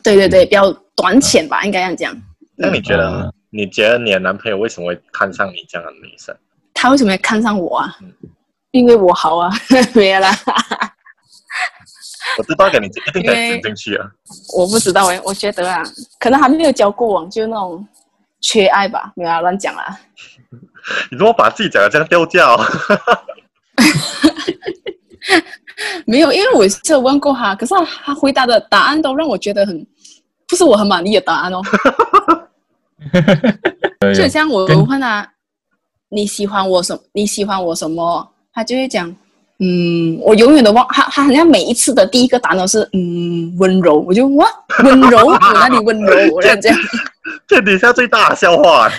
[SPEAKER 4] 对对对，比较短浅吧，应该这样讲。
[SPEAKER 1] 那你觉得、
[SPEAKER 3] 嗯
[SPEAKER 1] 你觉得你的男朋友为什么会看上你这样的女生？
[SPEAKER 4] 他为什么要看上我啊
[SPEAKER 1] 嗯？
[SPEAKER 4] 因为我好啊， <laughs> 没有啦，
[SPEAKER 1] 我知道给你一定
[SPEAKER 4] 因为
[SPEAKER 1] 得听进去啊。
[SPEAKER 4] 我不知道哎、我觉得啊，可能还没有交过往，就那种缺爱吧，没有啊，乱讲啦。
[SPEAKER 1] 你如果把自己讲的这样掉价、哦，
[SPEAKER 4] 没有，因为我是有问过他，可是他他回答的答案都让我觉得很不是我很满意的答案哦。
[SPEAKER 3] 对
[SPEAKER 4] 就很像我
[SPEAKER 3] 跟
[SPEAKER 4] 问他你喜欢我什你喜欢我什么，他就会讲嗯，我永远都忘他他好像每一次的第一个答案都是嗯温柔，我就哇温柔，我哪里温柔？我就这样，
[SPEAKER 1] 这底下最大的笑话、啊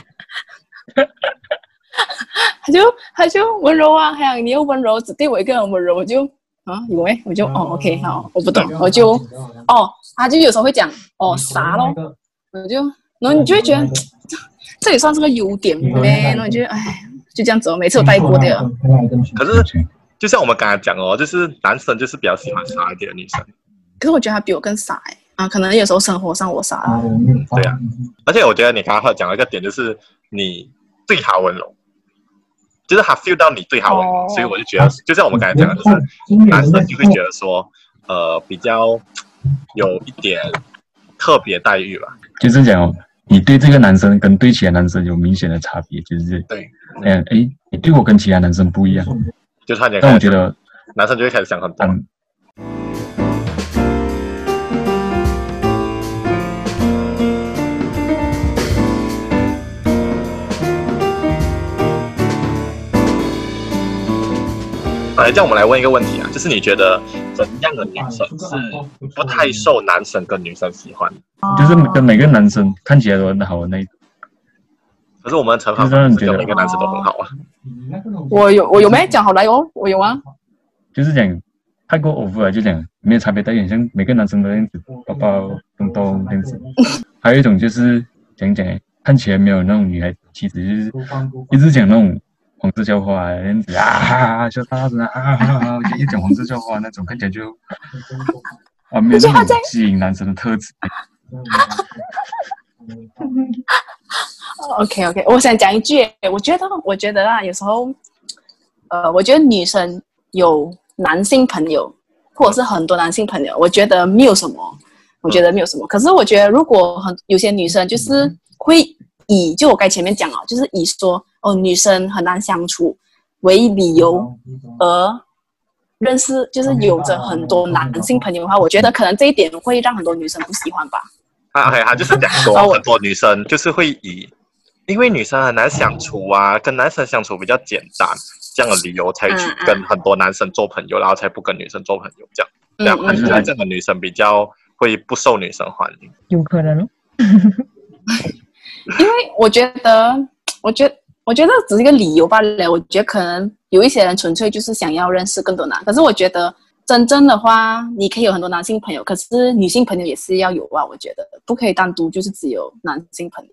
[SPEAKER 4] 他就他就温柔啊，还有你又温柔，只对我一个人温柔，我就啊有诶，我就哦 OK 好，我不懂，我就哦，他就有时候会讲
[SPEAKER 1] 嗯
[SPEAKER 4] 哦傻咯。我就，然后你就会觉得这也算是个优点呗，然后你就哎，就这样子哦，每次我带过的，
[SPEAKER 1] 可是就像我们刚才讲哦，就是男生就是比较喜欢傻一点的女生，
[SPEAKER 4] 可是我觉得他比我更傻哎、啊，可能有时候生活上我
[SPEAKER 1] 呃
[SPEAKER 4] 傻了，
[SPEAKER 1] 对啊。而且我觉得你刚刚讲了一个点，就是你对他温柔，就是他 feel 到你对他温柔，
[SPEAKER 4] 哦
[SPEAKER 1] 所以我就觉得，就像我们刚才讲的，就是男生就会觉得说，呃，比较有一点特别待遇吧。
[SPEAKER 3] 就是讲哦你对这个男生跟对其他男生有明显的差别，就是
[SPEAKER 1] 对，
[SPEAKER 3] 哎哎，诶你对我跟其他男生不一样，
[SPEAKER 1] 就突然间
[SPEAKER 3] 但
[SPEAKER 1] 开
[SPEAKER 3] 我
[SPEAKER 1] 始
[SPEAKER 3] 觉，得
[SPEAKER 1] 男生就会开始想很多。
[SPEAKER 3] 嗯。
[SPEAKER 1] 好，这样我们来问一个问题啊，就是你觉得怎样的女生是不太受男生跟女生喜欢？
[SPEAKER 4] 嗯
[SPEAKER 3] 就是
[SPEAKER 4] 哦
[SPEAKER 3] 跟每个男生看起来都很好的那一种，
[SPEAKER 1] 可是我们成行
[SPEAKER 3] 就是让人
[SPEAKER 1] 是
[SPEAKER 3] 觉
[SPEAKER 1] 跟
[SPEAKER 3] 得
[SPEAKER 1] 每个男生都很好啊。
[SPEAKER 4] 我有我有没有讲好来哦，我有啊，
[SPEAKER 3] 就是讲太过 over 了，就讲没有差别待遇，很像每个男生都那样子，抱抱、东东这样
[SPEAKER 4] <laughs>
[SPEAKER 3] 子。还有一种就是讲讲看起来没有那种女孩子气质，就是一直讲那种黄色笑话那样子啊哈哈，笑大声啊哈哈哈，就一讲黄色笑话那种，看起来就啊没有
[SPEAKER 4] 可是他
[SPEAKER 3] 那
[SPEAKER 4] 在
[SPEAKER 3] 种吸引男生的特质。
[SPEAKER 4] OK OK，我想讲一句，我觉得我觉得啊，有时候，呃，我觉得女生有男性朋友，或者是很多男性朋友，我觉得没有什么，我觉得没有什么。可是我觉得如果很有些女生就是会以就我该前面讲哦，就是以说哦女生很难相处为理由而认识，就是有着很多男性朋友的话，我觉得可能这一点会让很多女生不喜欢吧。
[SPEAKER 1] 他还他就是讲
[SPEAKER 4] <laughs>
[SPEAKER 1] 说
[SPEAKER 4] 啊，我
[SPEAKER 1] 很多女生就是会以，因为女生很难相处啊，跟男生相处比较简单，这样的理由才去
[SPEAKER 4] 嗯嗯
[SPEAKER 1] 跟很多男生做朋友，然后才不跟女生做朋友这样。这
[SPEAKER 4] 嗯
[SPEAKER 1] 样，他
[SPEAKER 4] 嗯
[SPEAKER 1] 觉得这样的女生比较会不受女生欢迎。
[SPEAKER 5] 有可能哦。
[SPEAKER 4] 因为我觉得，我觉我觉得只是一个理由罢了。我觉得可能有一些人纯粹就是想要认识更多男，可是我觉得真正的话，你可以有很多男性朋友，可是女性朋友也是要有啊。我觉得不可以单独就是只有男性朋友。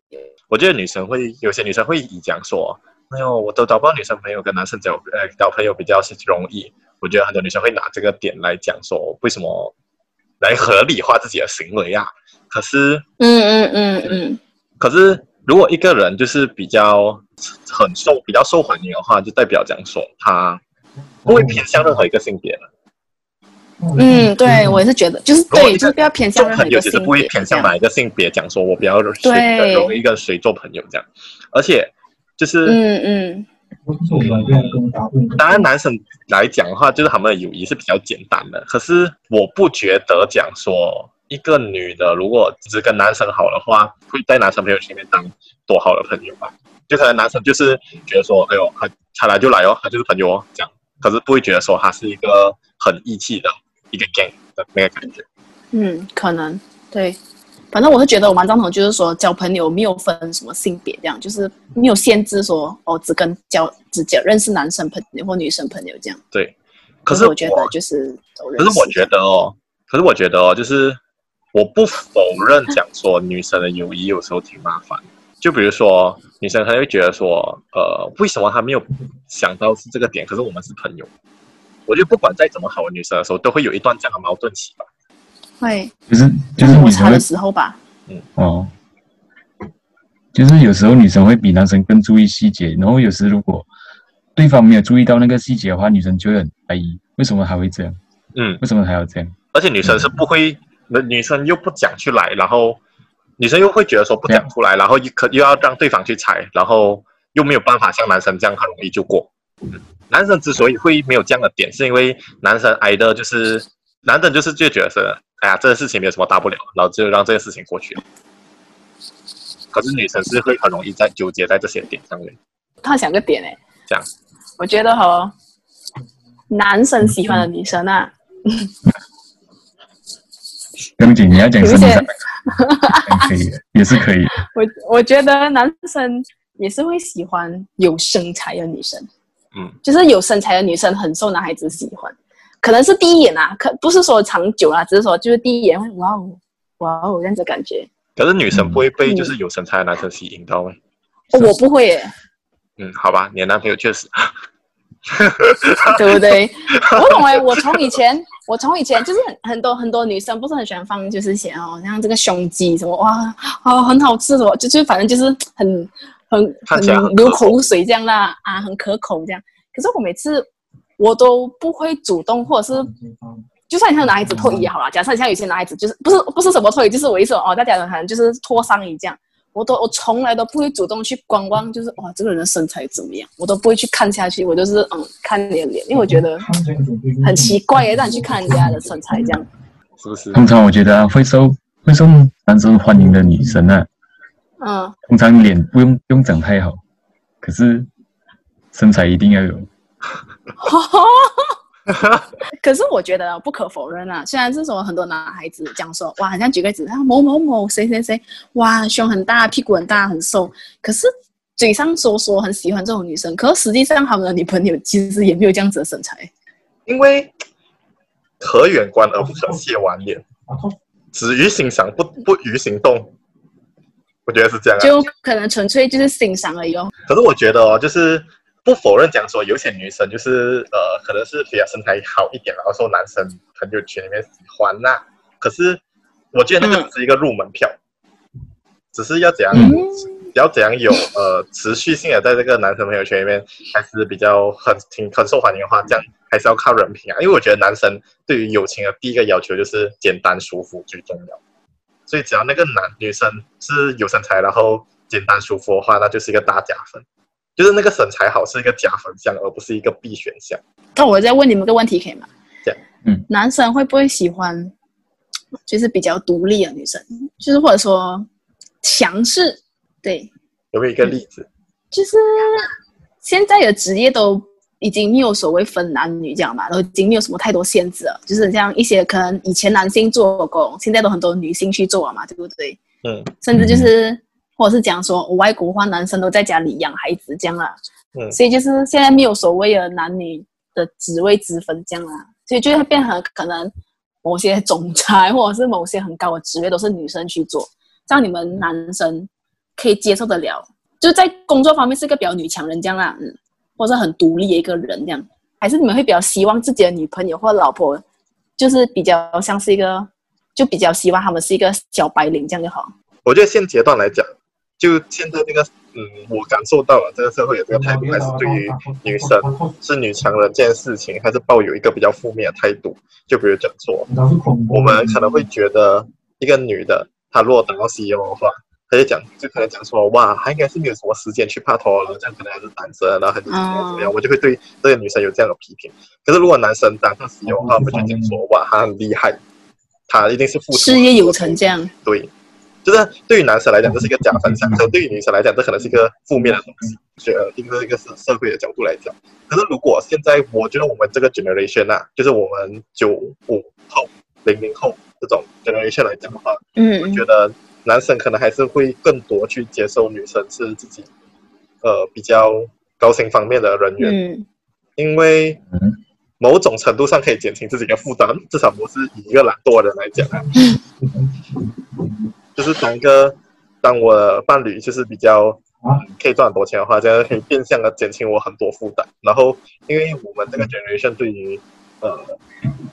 [SPEAKER 1] 我觉得女生会有些女生会以讲说，哎呦，我都找不到女生朋友，跟男生交呃交朋友比较容易。我觉得很多女生会拿这个点来讲说，为什么来合理化自己的行为啊？可是
[SPEAKER 4] 嗯嗯嗯嗯，
[SPEAKER 1] 可是如果一个人就是比较很受比较受欢迎的话，就代表讲说他不会偏向任何一个性别了。
[SPEAKER 4] 嗯，对我也是觉得，就是
[SPEAKER 1] 如果
[SPEAKER 4] 对，
[SPEAKER 1] 你
[SPEAKER 4] 就是不要偏
[SPEAKER 1] 做
[SPEAKER 4] 向任何
[SPEAKER 1] 朋
[SPEAKER 4] 一
[SPEAKER 1] 友
[SPEAKER 4] 个
[SPEAKER 1] 其实
[SPEAKER 4] 性
[SPEAKER 1] 不会
[SPEAKER 4] 别。
[SPEAKER 1] 偏向
[SPEAKER 4] 这样
[SPEAKER 1] 哪一个性别，讲说我比较谁
[SPEAKER 4] 对
[SPEAKER 1] 容易跟谁做朋友这样。而且就是
[SPEAKER 4] 嗯嗯，
[SPEAKER 1] 当然男生来讲的话，就是他们的友谊是比较简单的。可是我不觉得讲说一个女的如果只跟男生好的话，会在男生朋友圈里面当多好的朋友吧？就可能男生就是觉得说，哎呦，啊他他来就来哦，他就是朋友哦，这样。可是不会觉得说他是一个很义气的一个 gang 的那个感觉。
[SPEAKER 4] 嗯，可能对。反正我是觉得我蛮赞同，就是说交朋友没有分什么性别，这样就是没有限制说哦，只跟交只交认识男生朋友或女生朋友这样。
[SPEAKER 1] 对，可
[SPEAKER 4] 就是我觉得就是都认
[SPEAKER 1] 可
[SPEAKER 4] 识，
[SPEAKER 1] 是我觉得哦，可是我觉得哦，就是我不否认讲说女生的友谊有时候挺麻烦。就比如说女生，她会觉得说，呃，为什么她没有想到是这个点？可是我们是朋友，我觉得不管再怎么好的女生的时候，都会有一段这样的矛盾期吧。
[SPEAKER 4] 会
[SPEAKER 3] 就是就
[SPEAKER 4] 就是是
[SPEAKER 3] 女
[SPEAKER 4] 我
[SPEAKER 3] 生
[SPEAKER 4] 差
[SPEAKER 3] 嗯会
[SPEAKER 4] 的时候吧。
[SPEAKER 3] 哦，就是有时候女生会比男生更注意细节，然后有时如果对方没有注意到那个细节的话，女生就会很怀疑，为什么还会这样？
[SPEAKER 1] 嗯，
[SPEAKER 3] 为什么还要这样？
[SPEAKER 1] 而且女生是不会，那女生又不讲出来，然后女生又会觉得说不讲出来，然后又可又要让对方去猜，然后又没有办法像男生这样很容易就过。嗯男生之所以会没有这样的点，是因为男生哎挨的就是男生就是就觉得是，哎呀，这个事情没有什么大不了，然后就让这个事情过去了。可是女生是会很容易在纠结在这些点上面。
[SPEAKER 4] 他想个点哎、欸，
[SPEAKER 1] 这样，
[SPEAKER 4] 我觉得哦，男生喜欢的女生啊，
[SPEAKER 3] 不用紧，你要讲
[SPEAKER 4] 有
[SPEAKER 3] 生
[SPEAKER 4] 一
[SPEAKER 3] 理
[SPEAKER 4] 些
[SPEAKER 3] 上的感觉可以的，也是可以的。
[SPEAKER 4] 我我觉得男生也是会喜欢有身材的女生，
[SPEAKER 1] 嗯，
[SPEAKER 4] 就是有身材的女生很受男孩子喜欢，可能是第一眼啊，可不是说长久啊啦，只是说就是第一眼会哇哦哇哦这样子感觉。
[SPEAKER 1] 可是女生不会被就是有身材的男生吸引到吗？
[SPEAKER 4] 哦我不会耶，
[SPEAKER 1] 嗯，好吧，你的男朋友确实，啊 <laughs>
[SPEAKER 4] 对不对？我不懂哎，我从以前，我从以前就是很很多很多女生不是很喜欢放，就是写哦，像这个胸肌什么哇，哦很好吃什么，就就反正就是很很
[SPEAKER 1] 看起来很可口
[SPEAKER 4] 流口水这样啦啊，很可口这样。可是我每次我都不会主动，或者是就算你像男孩子脱衣也好啦，假设你像有些男孩子就是不是不是什么脱衣，就是我意思哦，大家可能就是脱上衣这样。我都我从来都不会主动去观望，就是哇这个人的身材怎么样，我都不会去看下去，我就是嗯看你的脸，因为我觉得很奇怪耶，让你去看人家的身材这样。
[SPEAKER 1] 是不是？
[SPEAKER 3] 通常我觉得、啊、会受会受男生欢迎的女生啊，
[SPEAKER 4] 嗯，
[SPEAKER 3] 通常脸不用不用长太好，可是身材一定要有。
[SPEAKER 4] 可是我觉得不可否认啊，虽然是说很多男孩子讲说哇，好像举个例子啊某某某谁谁谁，哇胸很大，屁股很大，很瘦，可是嘴上说说很喜欢这种女生，可是实际上他们的女朋友其实也没有这样子的身材。
[SPEAKER 1] 因为可远观而不可亵玩焉，止于欣赏不不于行动。我觉得是这样啊。
[SPEAKER 4] 就可能纯粹就是欣赏而已哦。
[SPEAKER 1] 可是我觉得哦，就是不否认讲说，有些女生就是呃，可能是比较身材好一点，啊然后受男生朋友圈里面喜欢呐、可是我觉得那个只是一个入门票，只是要怎样，
[SPEAKER 3] 嗯
[SPEAKER 1] 要怎样有呃持续性的在这个男生朋友圈里面还是比较很挺很受欢迎的话，这样还是要靠人品啊。因为我觉得男生对于友情的第一个要求就是简单舒服最重要。所以只要那个男女生是有身材，然后简单舒服的话，那就是一个大加分。就是那个身材好是一个加分项，而不是一个必选项。
[SPEAKER 4] 那我再问你们个问题可以吗？
[SPEAKER 1] 这样
[SPEAKER 3] 嗯，
[SPEAKER 4] 男生会不会喜欢就是比较独立的女生，就是或者说强势？对，
[SPEAKER 1] 有没有一个例子？
[SPEAKER 4] 就是现在的职业都已经没有所谓分男女这样嘛，都已经没有什么太多限制了。就是像一些可能以前男性做工，现在都很多女性去做了嘛，对不对？
[SPEAKER 1] 嗯
[SPEAKER 4] 甚至就是、或者是讲说、哦外国话，男生都在家里养孩子这样啦。
[SPEAKER 1] 嗯
[SPEAKER 4] 所以就是现在没有所谓的男女的职位之分这样啦，所以就会变成可能某些总裁或者是某些很高的职位都是女生去做，这样你们男生可以接受得了，就在工作方面是一个比较女强人这样啦，嗯，或者是很独立的一个人这样，还是你们会比较希望自己的女朋友或老婆就是比较像是一个，就比较希望他们是一个小白领这样就好。
[SPEAKER 1] 我觉得现阶段来讲，就现在这个，嗯，我感受到了这个社会有这个态度，还是对于女生是女强人这件事情，还是抱有一个比较负面的态度。就比如讲说，我们可能会觉得一个女的，她如果达到 CEO 的话，她就讲，就可能讲说，哇，她应该是没有什么时间去拍拖了，这样可能还是单身，然后很怎么样怎么样，我就会对这个女生有这样的批评。可是如果男生当上 CEO 的话，我们就讲说，哇，她很厉害，她一定是付出
[SPEAKER 4] 事业有成这样，
[SPEAKER 1] 对，就是对于男生来讲这是一个加分
[SPEAKER 4] 嗯
[SPEAKER 1] 项，可是对于女生来讲这可能是一个负面的东西。觉得因为这个是社会的角度来讲，可是如果现在我觉得我们这个 generation 啊，就是我们九五后、零零后这种 generation 来讲的话，
[SPEAKER 4] 嗯
[SPEAKER 1] 觉得男生可能还是会更多去接受女生是自己呃比较高薪方面的人员，
[SPEAKER 4] 嗯
[SPEAKER 1] 因为
[SPEAKER 3] 嗯
[SPEAKER 1] 某种程度上可以减轻自己的负担，至少我是以一个懒惰的人来讲啊，就是当一个当我的伴侣就是比较嗯可以赚很多钱的话，这样可以变相的减轻我很多负担。然后，因为我们这个 generation 对于呃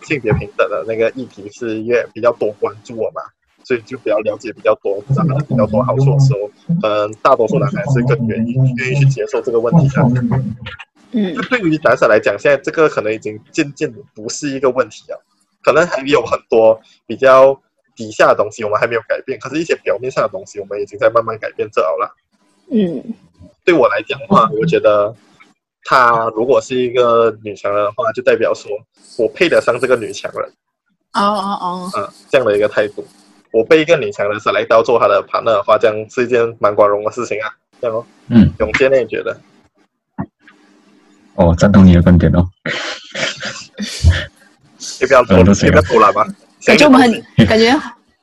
[SPEAKER 1] 性别平等的那个议题是越比较多关注了嘛，所以就比较了解比较多，掌握比较多好处的时候，嗯，大多数男孩是更愿意愿意去接受这个问题的。
[SPEAKER 4] 嗯
[SPEAKER 1] 就对于男生来讲，现在这个可能已经渐渐地不是一个问题了，可能还有很多比较底下的东西我们还没有改变，可是一些表面上的东西我们已经在慢慢改变这了啦。
[SPEAKER 4] 嗯
[SPEAKER 1] 对我来讲的话，我觉得她如果是一个女强人的话，就代表说我配得上这个女强人
[SPEAKER 4] 哦哦哦，
[SPEAKER 1] 啊、这样的一个态度。我被一个女强人甩来到做她的 partner 的话，这样是一件蛮光荣的事情啊。这样哦，
[SPEAKER 3] 嗯，
[SPEAKER 1] 永健呢也觉得，
[SPEAKER 3] 哦，赞同你的观点哦。
[SPEAKER 1] 要不要偷，
[SPEAKER 3] 嗯都行
[SPEAKER 1] 要
[SPEAKER 3] 啊
[SPEAKER 1] 不要偷懒嘛？
[SPEAKER 4] 感觉我们很感觉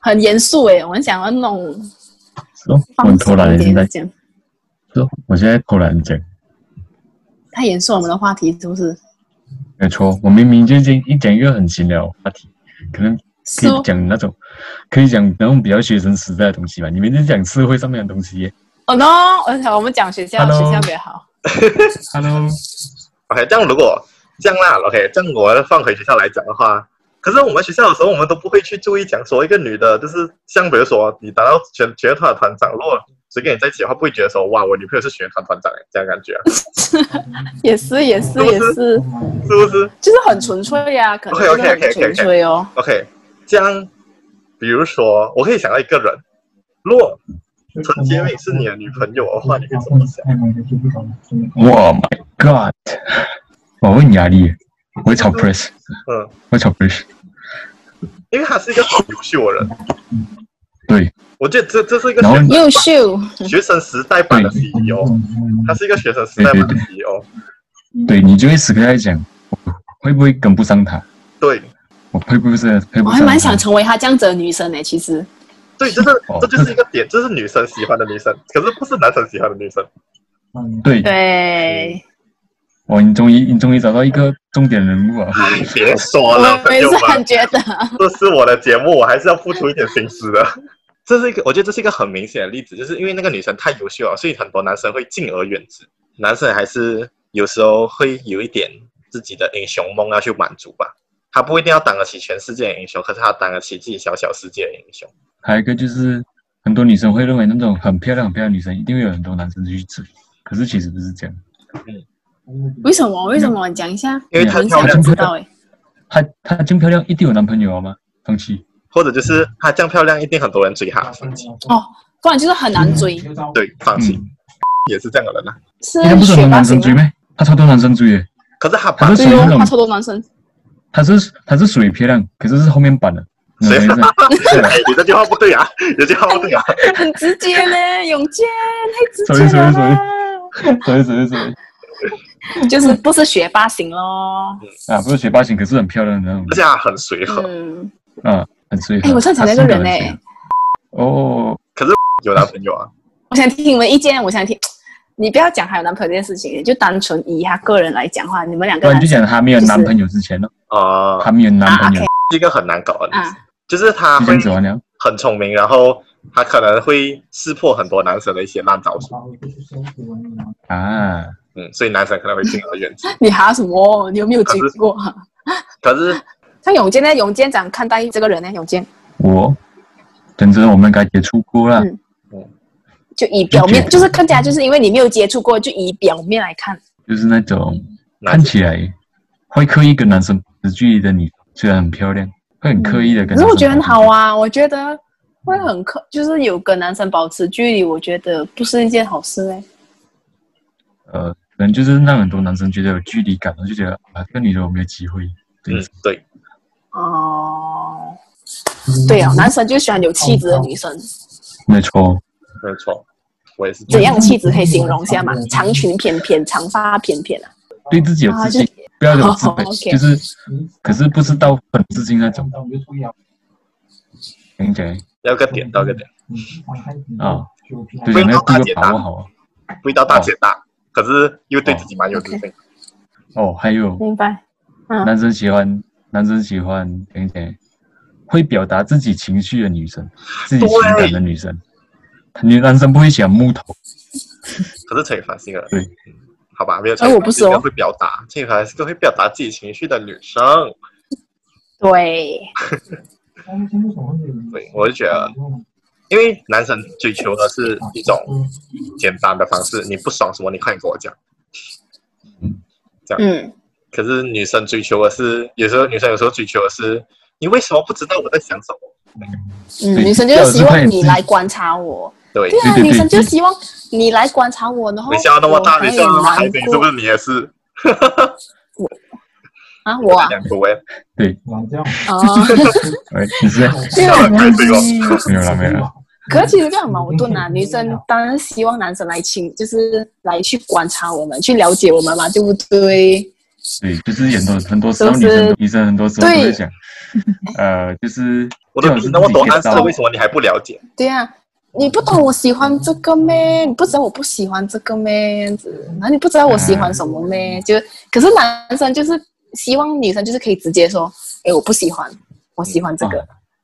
[SPEAKER 4] 很严肃诶，我们想要那种
[SPEAKER 3] 是哦，我
[SPEAKER 4] 放
[SPEAKER 3] 很偷
[SPEAKER 4] 松
[SPEAKER 3] 懒
[SPEAKER 4] 一
[SPEAKER 3] 了，现
[SPEAKER 4] 点
[SPEAKER 3] 在
[SPEAKER 4] 的讲，
[SPEAKER 3] 是哦，我现在偷懒讲，
[SPEAKER 4] 太严肃我们的话题是不是？
[SPEAKER 3] 没错，我明明就已经一讲一个很闲聊话题，可能可
[SPEAKER 4] 是
[SPEAKER 3] 以
[SPEAKER 4] 哦，
[SPEAKER 3] 讲那种，可以讲那种比较学生时代的东西吧。你们在讲社会上面的东西耶。
[SPEAKER 4] 哦 no，而且我们讲学校，
[SPEAKER 3] Hello
[SPEAKER 4] 学校比较好。
[SPEAKER 3] Hello，
[SPEAKER 1] OK，这样如果这样啦，OK，这样我放回学校来讲的话，可是我们学校的时候，我们都不会去注意讲说一个女的，就是像比如说你达到全学乐团的团长，如果谁跟你在一起的话，不会觉得说哇，我女朋友是学团团长这样感觉啊、
[SPEAKER 4] 也是也是也是，
[SPEAKER 1] 是不是
[SPEAKER 4] 就是很纯粹呀、可能就是
[SPEAKER 1] OK，OK，OK，OK，OK
[SPEAKER 4] 很纯粹哦。
[SPEAKER 1] ？OK，这样，比如说我可以想到一个人，如果陈洁敏是你的女朋友的话，你会怎么想？
[SPEAKER 3] 哇 Oh my God，我会很压力耶，我会超 press，
[SPEAKER 1] 嗯，
[SPEAKER 3] 我会超 press，
[SPEAKER 1] 因为她是一个很优秀的人，
[SPEAKER 3] 对，
[SPEAKER 1] 我觉得这这是一个
[SPEAKER 3] 然后
[SPEAKER 1] 学
[SPEAKER 4] 优秀，
[SPEAKER 1] 学生时代版的 CEO，她是一个学生时代版的 E
[SPEAKER 3] 对
[SPEAKER 1] CEO，
[SPEAKER 4] 嗯
[SPEAKER 3] 对你就会时刻在讲，我会不会跟不上他？
[SPEAKER 1] 对。
[SPEAKER 3] 我会不会是配
[SPEAKER 4] 我
[SPEAKER 3] 不上他？
[SPEAKER 4] 还蛮想成为她这样子的女生呢、其实，
[SPEAKER 1] 对，就是
[SPEAKER 3] 哦
[SPEAKER 1] 这就是一个点，这是女生喜欢的女生，可是不是男生喜欢的女生。
[SPEAKER 3] 对，
[SPEAKER 4] 对，
[SPEAKER 3] 哇，你终于你终于找到一个重点人物啊！
[SPEAKER 1] 哎，别说了，
[SPEAKER 4] 我
[SPEAKER 1] 朋
[SPEAKER 4] 也
[SPEAKER 1] 友
[SPEAKER 4] 是
[SPEAKER 1] 们
[SPEAKER 4] 很，觉
[SPEAKER 3] <laughs>
[SPEAKER 4] 得，
[SPEAKER 1] 这是我的节目，我还是要付出一点心思的。 <laughs> 这是一个，我觉得这是一个很明显的例子，就是因为那个女生太优秀了，所以很多男生会敬而远之。男生还是有时候会有一点自己的英雄梦要去满足吧。他不一定要当得起全世界的英雄，可是他当得起自己小小世界的英雄。
[SPEAKER 3] 还有一个就是，很多女生会认为那种很漂亮、很漂亮的女生一定会有很多男生去追，可是其实不是这样。
[SPEAKER 4] 为什么？为什么？你讲一下，
[SPEAKER 1] 因为
[SPEAKER 4] 我
[SPEAKER 1] 她
[SPEAKER 4] 很
[SPEAKER 1] 漂
[SPEAKER 4] 想
[SPEAKER 1] 亮，
[SPEAKER 4] 知道欸诶、
[SPEAKER 3] 她她这么漂亮，一定有男朋友好吗？放弃。
[SPEAKER 1] 或者就是她这样漂亮，一定很多人追她，放弃。
[SPEAKER 4] 哦，不然就是很难追，
[SPEAKER 1] 对，放弃、
[SPEAKER 3] 嗯，
[SPEAKER 1] 也是这样的人啊。
[SPEAKER 4] 是
[SPEAKER 3] 一定嗯不是很
[SPEAKER 4] 学
[SPEAKER 3] 多
[SPEAKER 4] 霸
[SPEAKER 3] 男生
[SPEAKER 4] 型
[SPEAKER 3] 追
[SPEAKER 4] 吗？
[SPEAKER 3] 咩？她超多男生追耶，
[SPEAKER 1] 可是他把
[SPEAKER 3] 她是
[SPEAKER 4] 对
[SPEAKER 3] 属于
[SPEAKER 4] 哦
[SPEAKER 3] 那，种
[SPEAKER 4] 她，超多男生，
[SPEAKER 3] 她是她是属于漂亮，可是是后面版的。你懂我
[SPEAKER 1] 谁
[SPEAKER 3] 意思吗？
[SPEAKER 1] 哎，你这句话不对
[SPEAKER 4] <laughs>
[SPEAKER 1] 啊，你这句话不对啊。
[SPEAKER 4] 很直
[SPEAKER 3] <laughs>
[SPEAKER 4] 接呢，永健太直
[SPEAKER 3] Sorry，
[SPEAKER 4] 接了
[SPEAKER 3] sorry，
[SPEAKER 4] 啦，
[SPEAKER 3] 所以所以所以
[SPEAKER 4] 就是不是学霸型咯。
[SPEAKER 3] 啊，不是学霸型，可是很漂亮的那种
[SPEAKER 1] 而，且他很随和，
[SPEAKER 4] 嗯，
[SPEAKER 3] 啊，很随和。
[SPEAKER 4] 哎，我上想那个人
[SPEAKER 3] 她
[SPEAKER 4] 哎、
[SPEAKER 3] 性格很随和哦，
[SPEAKER 1] 有男朋友啊。
[SPEAKER 4] 我想听你们意见，我想听。你不要讲还有男朋友这件事情，就单纯以他个人来讲话，你们两
[SPEAKER 3] 不
[SPEAKER 4] 个
[SPEAKER 3] 然
[SPEAKER 4] 男
[SPEAKER 3] 就
[SPEAKER 4] 生
[SPEAKER 3] 讲她没有
[SPEAKER 4] 就是
[SPEAKER 3] 男朋友之前呢，
[SPEAKER 1] 啊、
[SPEAKER 3] 她没有男
[SPEAKER 4] 啊
[SPEAKER 3] 朋友
[SPEAKER 4] ，OK，
[SPEAKER 1] 是一个很难搞的女生，
[SPEAKER 4] 啊，
[SPEAKER 1] 就是他
[SPEAKER 3] 就这
[SPEAKER 1] 会
[SPEAKER 3] 样子完了。
[SPEAKER 1] 很聪明，然后他可能会识破很多男生的一些烂招数，
[SPEAKER 3] 啊，
[SPEAKER 1] 嗯，所以男生可能会敬而
[SPEAKER 4] <laughs>
[SPEAKER 1] 远之。
[SPEAKER 4] 你哈什么？哦你有没有追
[SPEAKER 3] <laughs>
[SPEAKER 4] 过？
[SPEAKER 1] 可是
[SPEAKER 4] 像永健呢？永健怎样看待这个人呢？永健
[SPEAKER 3] 我等着我们该接触过啦。
[SPEAKER 4] 嗯就以表面，
[SPEAKER 3] 嗯
[SPEAKER 4] 就是更加就是因为你没有接触过，就以表面来看。
[SPEAKER 3] 就是那种
[SPEAKER 1] 男
[SPEAKER 3] 看
[SPEAKER 1] 生
[SPEAKER 3] 起来会刻意跟男生保持距离的女，虽然很漂亮，会很刻意的
[SPEAKER 4] 嗯可
[SPEAKER 3] 跟。
[SPEAKER 4] 是我觉得很好。啊，我觉得会很可，就是有跟男生保持距离，我觉得不是一件好事嘞。
[SPEAKER 3] 呃，可能就是让很多男生觉得有距离感，就觉得啊，这个女的我没有机会。对，
[SPEAKER 1] 嗯，对，
[SPEAKER 3] 嗯
[SPEAKER 4] 啊哦，对哦，男生就喜欢有气质的女生。
[SPEAKER 3] 没错，
[SPEAKER 1] 没错，我也是这
[SPEAKER 4] 怎
[SPEAKER 1] 样。
[SPEAKER 4] 样气质可以形容一下
[SPEAKER 3] 嗯
[SPEAKER 4] 嘛？长裙翩翩，长发翩翩啊！
[SPEAKER 3] 对自己有自信，
[SPEAKER 4] 啊
[SPEAKER 3] 不要有自
[SPEAKER 4] 哦
[SPEAKER 3] 卑，
[SPEAKER 4] ，OK
[SPEAKER 3] 就是，可是不是到很自信那种。听起来
[SPEAKER 1] 要个点到个点，
[SPEAKER 3] 啊，对，
[SPEAKER 1] 对
[SPEAKER 3] 那
[SPEAKER 1] 大
[SPEAKER 3] 第一
[SPEAKER 1] 姐
[SPEAKER 3] 个
[SPEAKER 1] 大
[SPEAKER 3] 把握好啊。
[SPEAKER 1] 不到大姐
[SPEAKER 4] 哦
[SPEAKER 1] 大，可是又对自己蛮有自信。
[SPEAKER 3] 哦，还有
[SPEAKER 4] 明白？
[SPEAKER 3] 男生喜欢，男生喜欢，听起来会表达自己情绪的女生，自己情感的女生。女男生不会喜欢木头，
[SPEAKER 1] 可是陈羽凡是一个，
[SPEAKER 3] 对
[SPEAKER 1] 嗯，好吧，没有
[SPEAKER 4] 哎
[SPEAKER 1] 陈羽
[SPEAKER 4] 我
[SPEAKER 1] 凡
[SPEAKER 4] 不
[SPEAKER 1] 是一
[SPEAKER 4] 是
[SPEAKER 1] 个
[SPEAKER 4] 哦
[SPEAKER 1] 会表达，陈羽凡是个会表达自己情绪的女生。
[SPEAKER 4] 对，
[SPEAKER 1] 对，我就觉得，因为男生追求的是一种简单的方式，你不爽什么，你快点跟我讲。
[SPEAKER 4] 嗯，
[SPEAKER 1] 可是女生追求的是，有时候女生有时候追求的是，你为什么不知道我在想什么？
[SPEAKER 4] 嗯，
[SPEAKER 3] 对
[SPEAKER 4] 女生就
[SPEAKER 3] 要有
[SPEAKER 4] 是希
[SPEAKER 3] 自信
[SPEAKER 4] 望你来观察我，
[SPEAKER 1] 对
[SPEAKER 4] 对，
[SPEAKER 3] 对
[SPEAKER 4] 啊，
[SPEAKER 3] 对对
[SPEAKER 4] 女生就希望你来观察我，然后
[SPEAKER 1] 你笑那么大，
[SPEAKER 4] 我
[SPEAKER 1] 你
[SPEAKER 4] 很
[SPEAKER 1] 笑那么海
[SPEAKER 4] 难
[SPEAKER 1] 北，是
[SPEAKER 4] 过
[SPEAKER 1] 不是你也是？ <laughs>
[SPEAKER 4] 啊？我啊，
[SPEAKER 1] 两个喂， <laughs>
[SPEAKER 4] 哦，
[SPEAKER 3] 哎，你是
[SPEAKER 4] 对啊，
[SPEAKER 1] 海北哦，
[SPEAKER 3] 没有了，没有了。
[SPEAKER 4] 可是其实这样很矛盾啊，女生当然希望男生来亲，就是来去观察我们，去了解我们嘛，对不对？
[SPEAKER 3] 对，就是很多很多时候
[SPEAKER 4] 都
[SPEAKER 3] 女
[SPEAKER 4] 是
[SPEAKER 3] 生女生很多时候都会
[SPEAKER 4] 对
[SPEAKER 3] 想，呃，就是
[SPEAKER 1] 我都
[SPEAKER 3] 最好
[SPEAKER 1] 给
[SPEAKER 3] 是
[SPEAKER 1] 你那么
[SPEAKER 3] 自己
[SPEAKER 1] 多
[SPEAKER 3] get
[SPEAKER 1] 暗示
[SPEAKER 3] 到，
[SPEAKER 1] 为什么你还不了解？
[SPEAKER 4] 对啊，你不懂我喜欢这个咩？你不知道我不喜欢这个咩？这样子，然后你不知道我喜欢什么
[SPEAKER 1] 嗯
[SPEAKER 4] 咩？就可是男生就是希望女生就是可以直接说，哎，我不喜欢，我喜欢这个，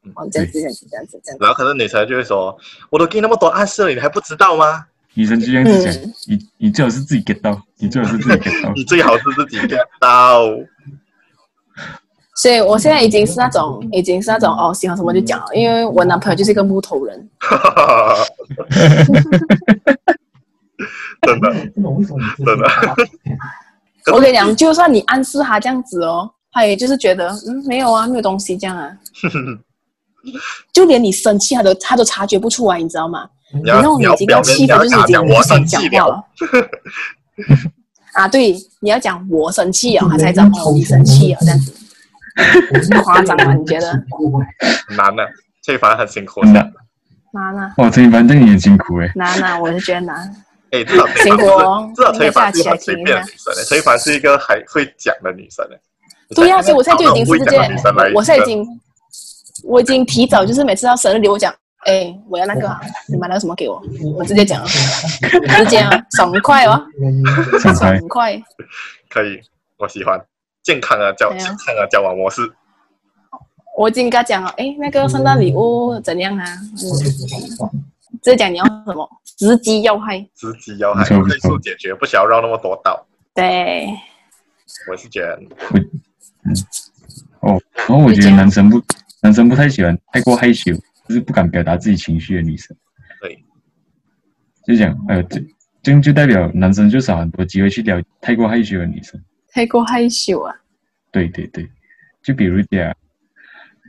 [SPEAKER 1] 嗯
[SPEAKER 4] 哦，这样子，这样子，这样子，这样子，
[SPEAKER 1] 然后可能女生就会说，我都给你那么多暗示了，你还不知道吗？
[SPEAKER 3] 女生就这样子讲
[SPEAKER 4] 嗯，
[SPEAKER 3] 你你最好是自己 get 到，你最好是自己 get 到 <laughs>
[SPEAKER 1] 你。最好是自己 get 到。
[SPEAKER 4] 所以我现在已经是那种，已经是那种哦，喜欢什么就讲了，因为我男朋友就是一个木
[SPEAKER 1] <laughs>
[SPEAKER 4] 头人，
[SPEAKER 1] 真的，真的，可是
[SPEAKER 4] 我跟你讲，就算你暗示他这样子哦，他也就是觉得嗯没有啊，没有东西这样啊。就连你生气，他都他都察觉不出来，你知道吗？
[SPEAKER 1] 你
[SPEAKER 4] 你
[SPEAKER 1] 要
[SPEAKER 4] 那种
[SPEAKER 1] 你
[SPEAKER 4] 已
[SPEAKER 1] 要
[SPEAKER 4] 经
[SPEAKER 1] 表
[SPEAKER 4] 要
[SPEAKER 1] 面
[SPEAKER 4] 气
[SPEAKER 1] 你
[SPEAKER 4] 愤，
[SPEAKER 1] 要
[SPEAKER 4] 就是已
[SPEAKER 1] 讲
[SPEAKER 4] 经
[SPEAKER 1] 讲
[SPEAKER 4] 不
[SPEAKER 1] 我
[SPEAKER 4] 想
[SPEAKER 1] 生
[SPEAKER 4] 讲
[SPEAKER 1] 气
[SPEAKER 4] 话
[SPEAKER 1] 了，
[SPEAKER 4] 了。 <laughs> 啊，对，你要讲我生气了，他才知道哦，你生气了这样子，夸张啊吗？你觉得？
[SPEAKER 1] 很难的，所以反正很辛苦
[SPEAKER 3] 真
[SPEAKER 1] 的
[SPEAKER 3] 的。
[SPEAKER 4] 难啊，
[SPEAKER 3] 哇，陈一凡这样也很辛苦哎，
[SPEAKER 4] 难啊，我就觉
[SPEAKER 1] <laughs>
[SPEAKER 4] 得难。
[SPEAKER 1] 哎，至少陈
[SPEAKER 4] 辛
[SPEAKER 1] 一
[SPEAKER 4] 苦
[SPEAKER 1] 凡
[SPEAKER 4] 哦
[SPEAKER 1] 是，至少陈一凡是一个
[SPEAKER 4] 等一下起来啊
[SPEAKER 1] 很随便的女生嘞，陈一凡是一个还会讲的女生嘞。
[SPEAKER 4] 对呀、所以我现在就已经是
[SPEAKER 1] 会
[SPEAKER 4] 直
[SPEAKER 1] 讲
[SPEAKER 4] 接
[SPEAKER 1] 的女生来，，
[SPEAKER 4] 我现在已经，我已经提早就是每次到生日礼物讲，哎，我要那个、啊，你买那个什么给我，我直接讲啊，直接啊，爽快哦。
[SPEAKER 3] 想开
[SPEAKER 4] 很快，
[SPEAKER 1] 可以，我喜欢健康的交
[SPEAKER 4] 对啊
[SPEAKER 1] 健康的交往模式。
[SPEAKER 4] 我已经跟他讲了，哎，那个圣诞礼物怎样啊？嗯，直接讲你要什么，直击要害。
[SPEAKER 1] 知己要害，
[SPEAKER 3] 没错没
[SPEAKER 1] 快
[SPEAKER 3] 错
[SPEAKER 1] 速解决，不想要绕那么多道。
[SPEAKER 4] 对，
[SPEAKER 1] 我是觉得，
[SPEAKER 3] 哦，然后我觉
[SPEAKER 4] 就这
[SPEAKER 3] 得
[SPEAKER 4] 样
[SPEAKER 3] 男生不男生不太喜欢太过害羞，就是不敢表达自己情绪的女生。
[SPEAKER 1] 对，
[SPEAKER 3] 就讲哎呦，这这样就代表男生就少很多机会去了解太过害羞的女生。
[SPEAKER 4] 太过害羞啊。
[SPEAKER 3] 对对对，就比如讲，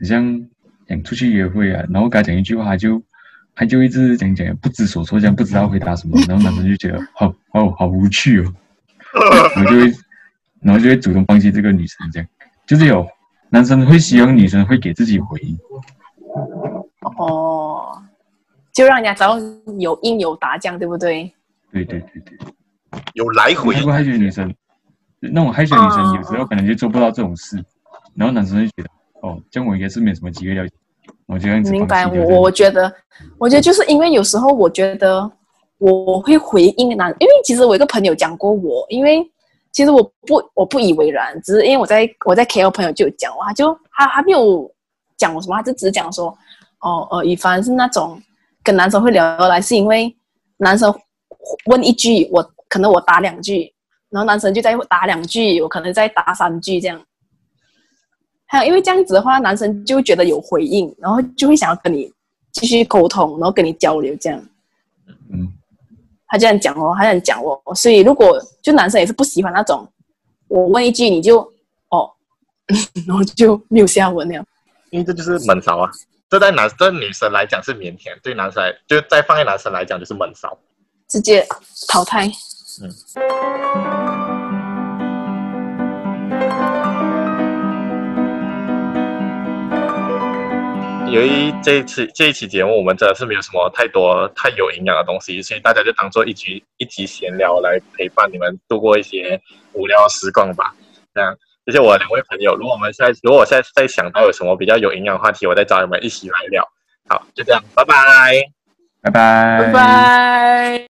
[SPEAKER 3] 你像讲出去约会啊，然后跟他讲一句话，他就他就一直讲讲不知所措，这样不知道回答
[SPEAKER 4] <laughs>
[SPEAKER 3] 什么，然后男生就觉得好好好无趣哦，然后就会然后就会主动放弃这个女生，这样就是有男生会希望女生会给自己回应，
[SPEAKER 4] 哦，就让人家知道有应有答这样，对不对？
[SPEAKER 3] 对对对对，
[SPEAKER 1] 有来回
[SPEAKER 3] 太过害羞的女生，那种害羞的女生有时候可能就做不到这种事，然后男生就觉得哦，这样我应该是没有什么机会了解，我就这嗯样子
[SPEAKER 4] 明
[SPEAKER 3] 放
[SPEAKER 4] 白。
[SPEAKER 3] 弃掉
[SPEAKER 4] 我
[SPEAKER 3] 这
[SPEAKER 4] 我
[SPEAKER 3] 个。
[SPEAKER 4] 觉得，我觉得就是因为有时候我觉得我会回应男，因为其实我有一个朋友讲过我，因为其实我不我不以为然，只是因为我在我在 KL 朋友就有讲我，他就他还没有讲我什么，他就只是讲说，哦呃，以凡是那种跟男生会聊得来，是因为男生问一句，我可能我答两句，然后男生就再答两句，我可能再答三句这样。还有，因为这样子的话，男生就会觉得有回应，然后就会想要跟你继续沟通，然后跟你交流这样。
[SPEAKER 3] 嗯，
[SPEAKER 4] 他这样讲哦，他这样讲哦，所以如果就男生也是不喜欢那种，我问一句你就哦， <laughs> 然后就没有下文了。
[SPEAKER 1] 因为这就是闷骚啊。这在男对女生来讲是腼腆，对男生来就在放在男生来讲就是闷骚。
[SPEAKER 4] 直接淘汰。
[SPEAKER 1] 嗯
[SPEAKER 4] 嗯。
[SPEAKER 1] 由于这一次这一期节目，我们真的是没有什么太多太有营养的东西，所以大家就当做一局一集闲聊来陪伴你们度过一些无聊的时光吧。这样，谢谢我的两位朋友。如果我们现在，如果我现在再想到有什么比较有营养的话题，我再找你们一起来聊。好，就这样，拜拜。
[SPEAKER 3] 拜拜，
[SPEAKER 4] 拜拜。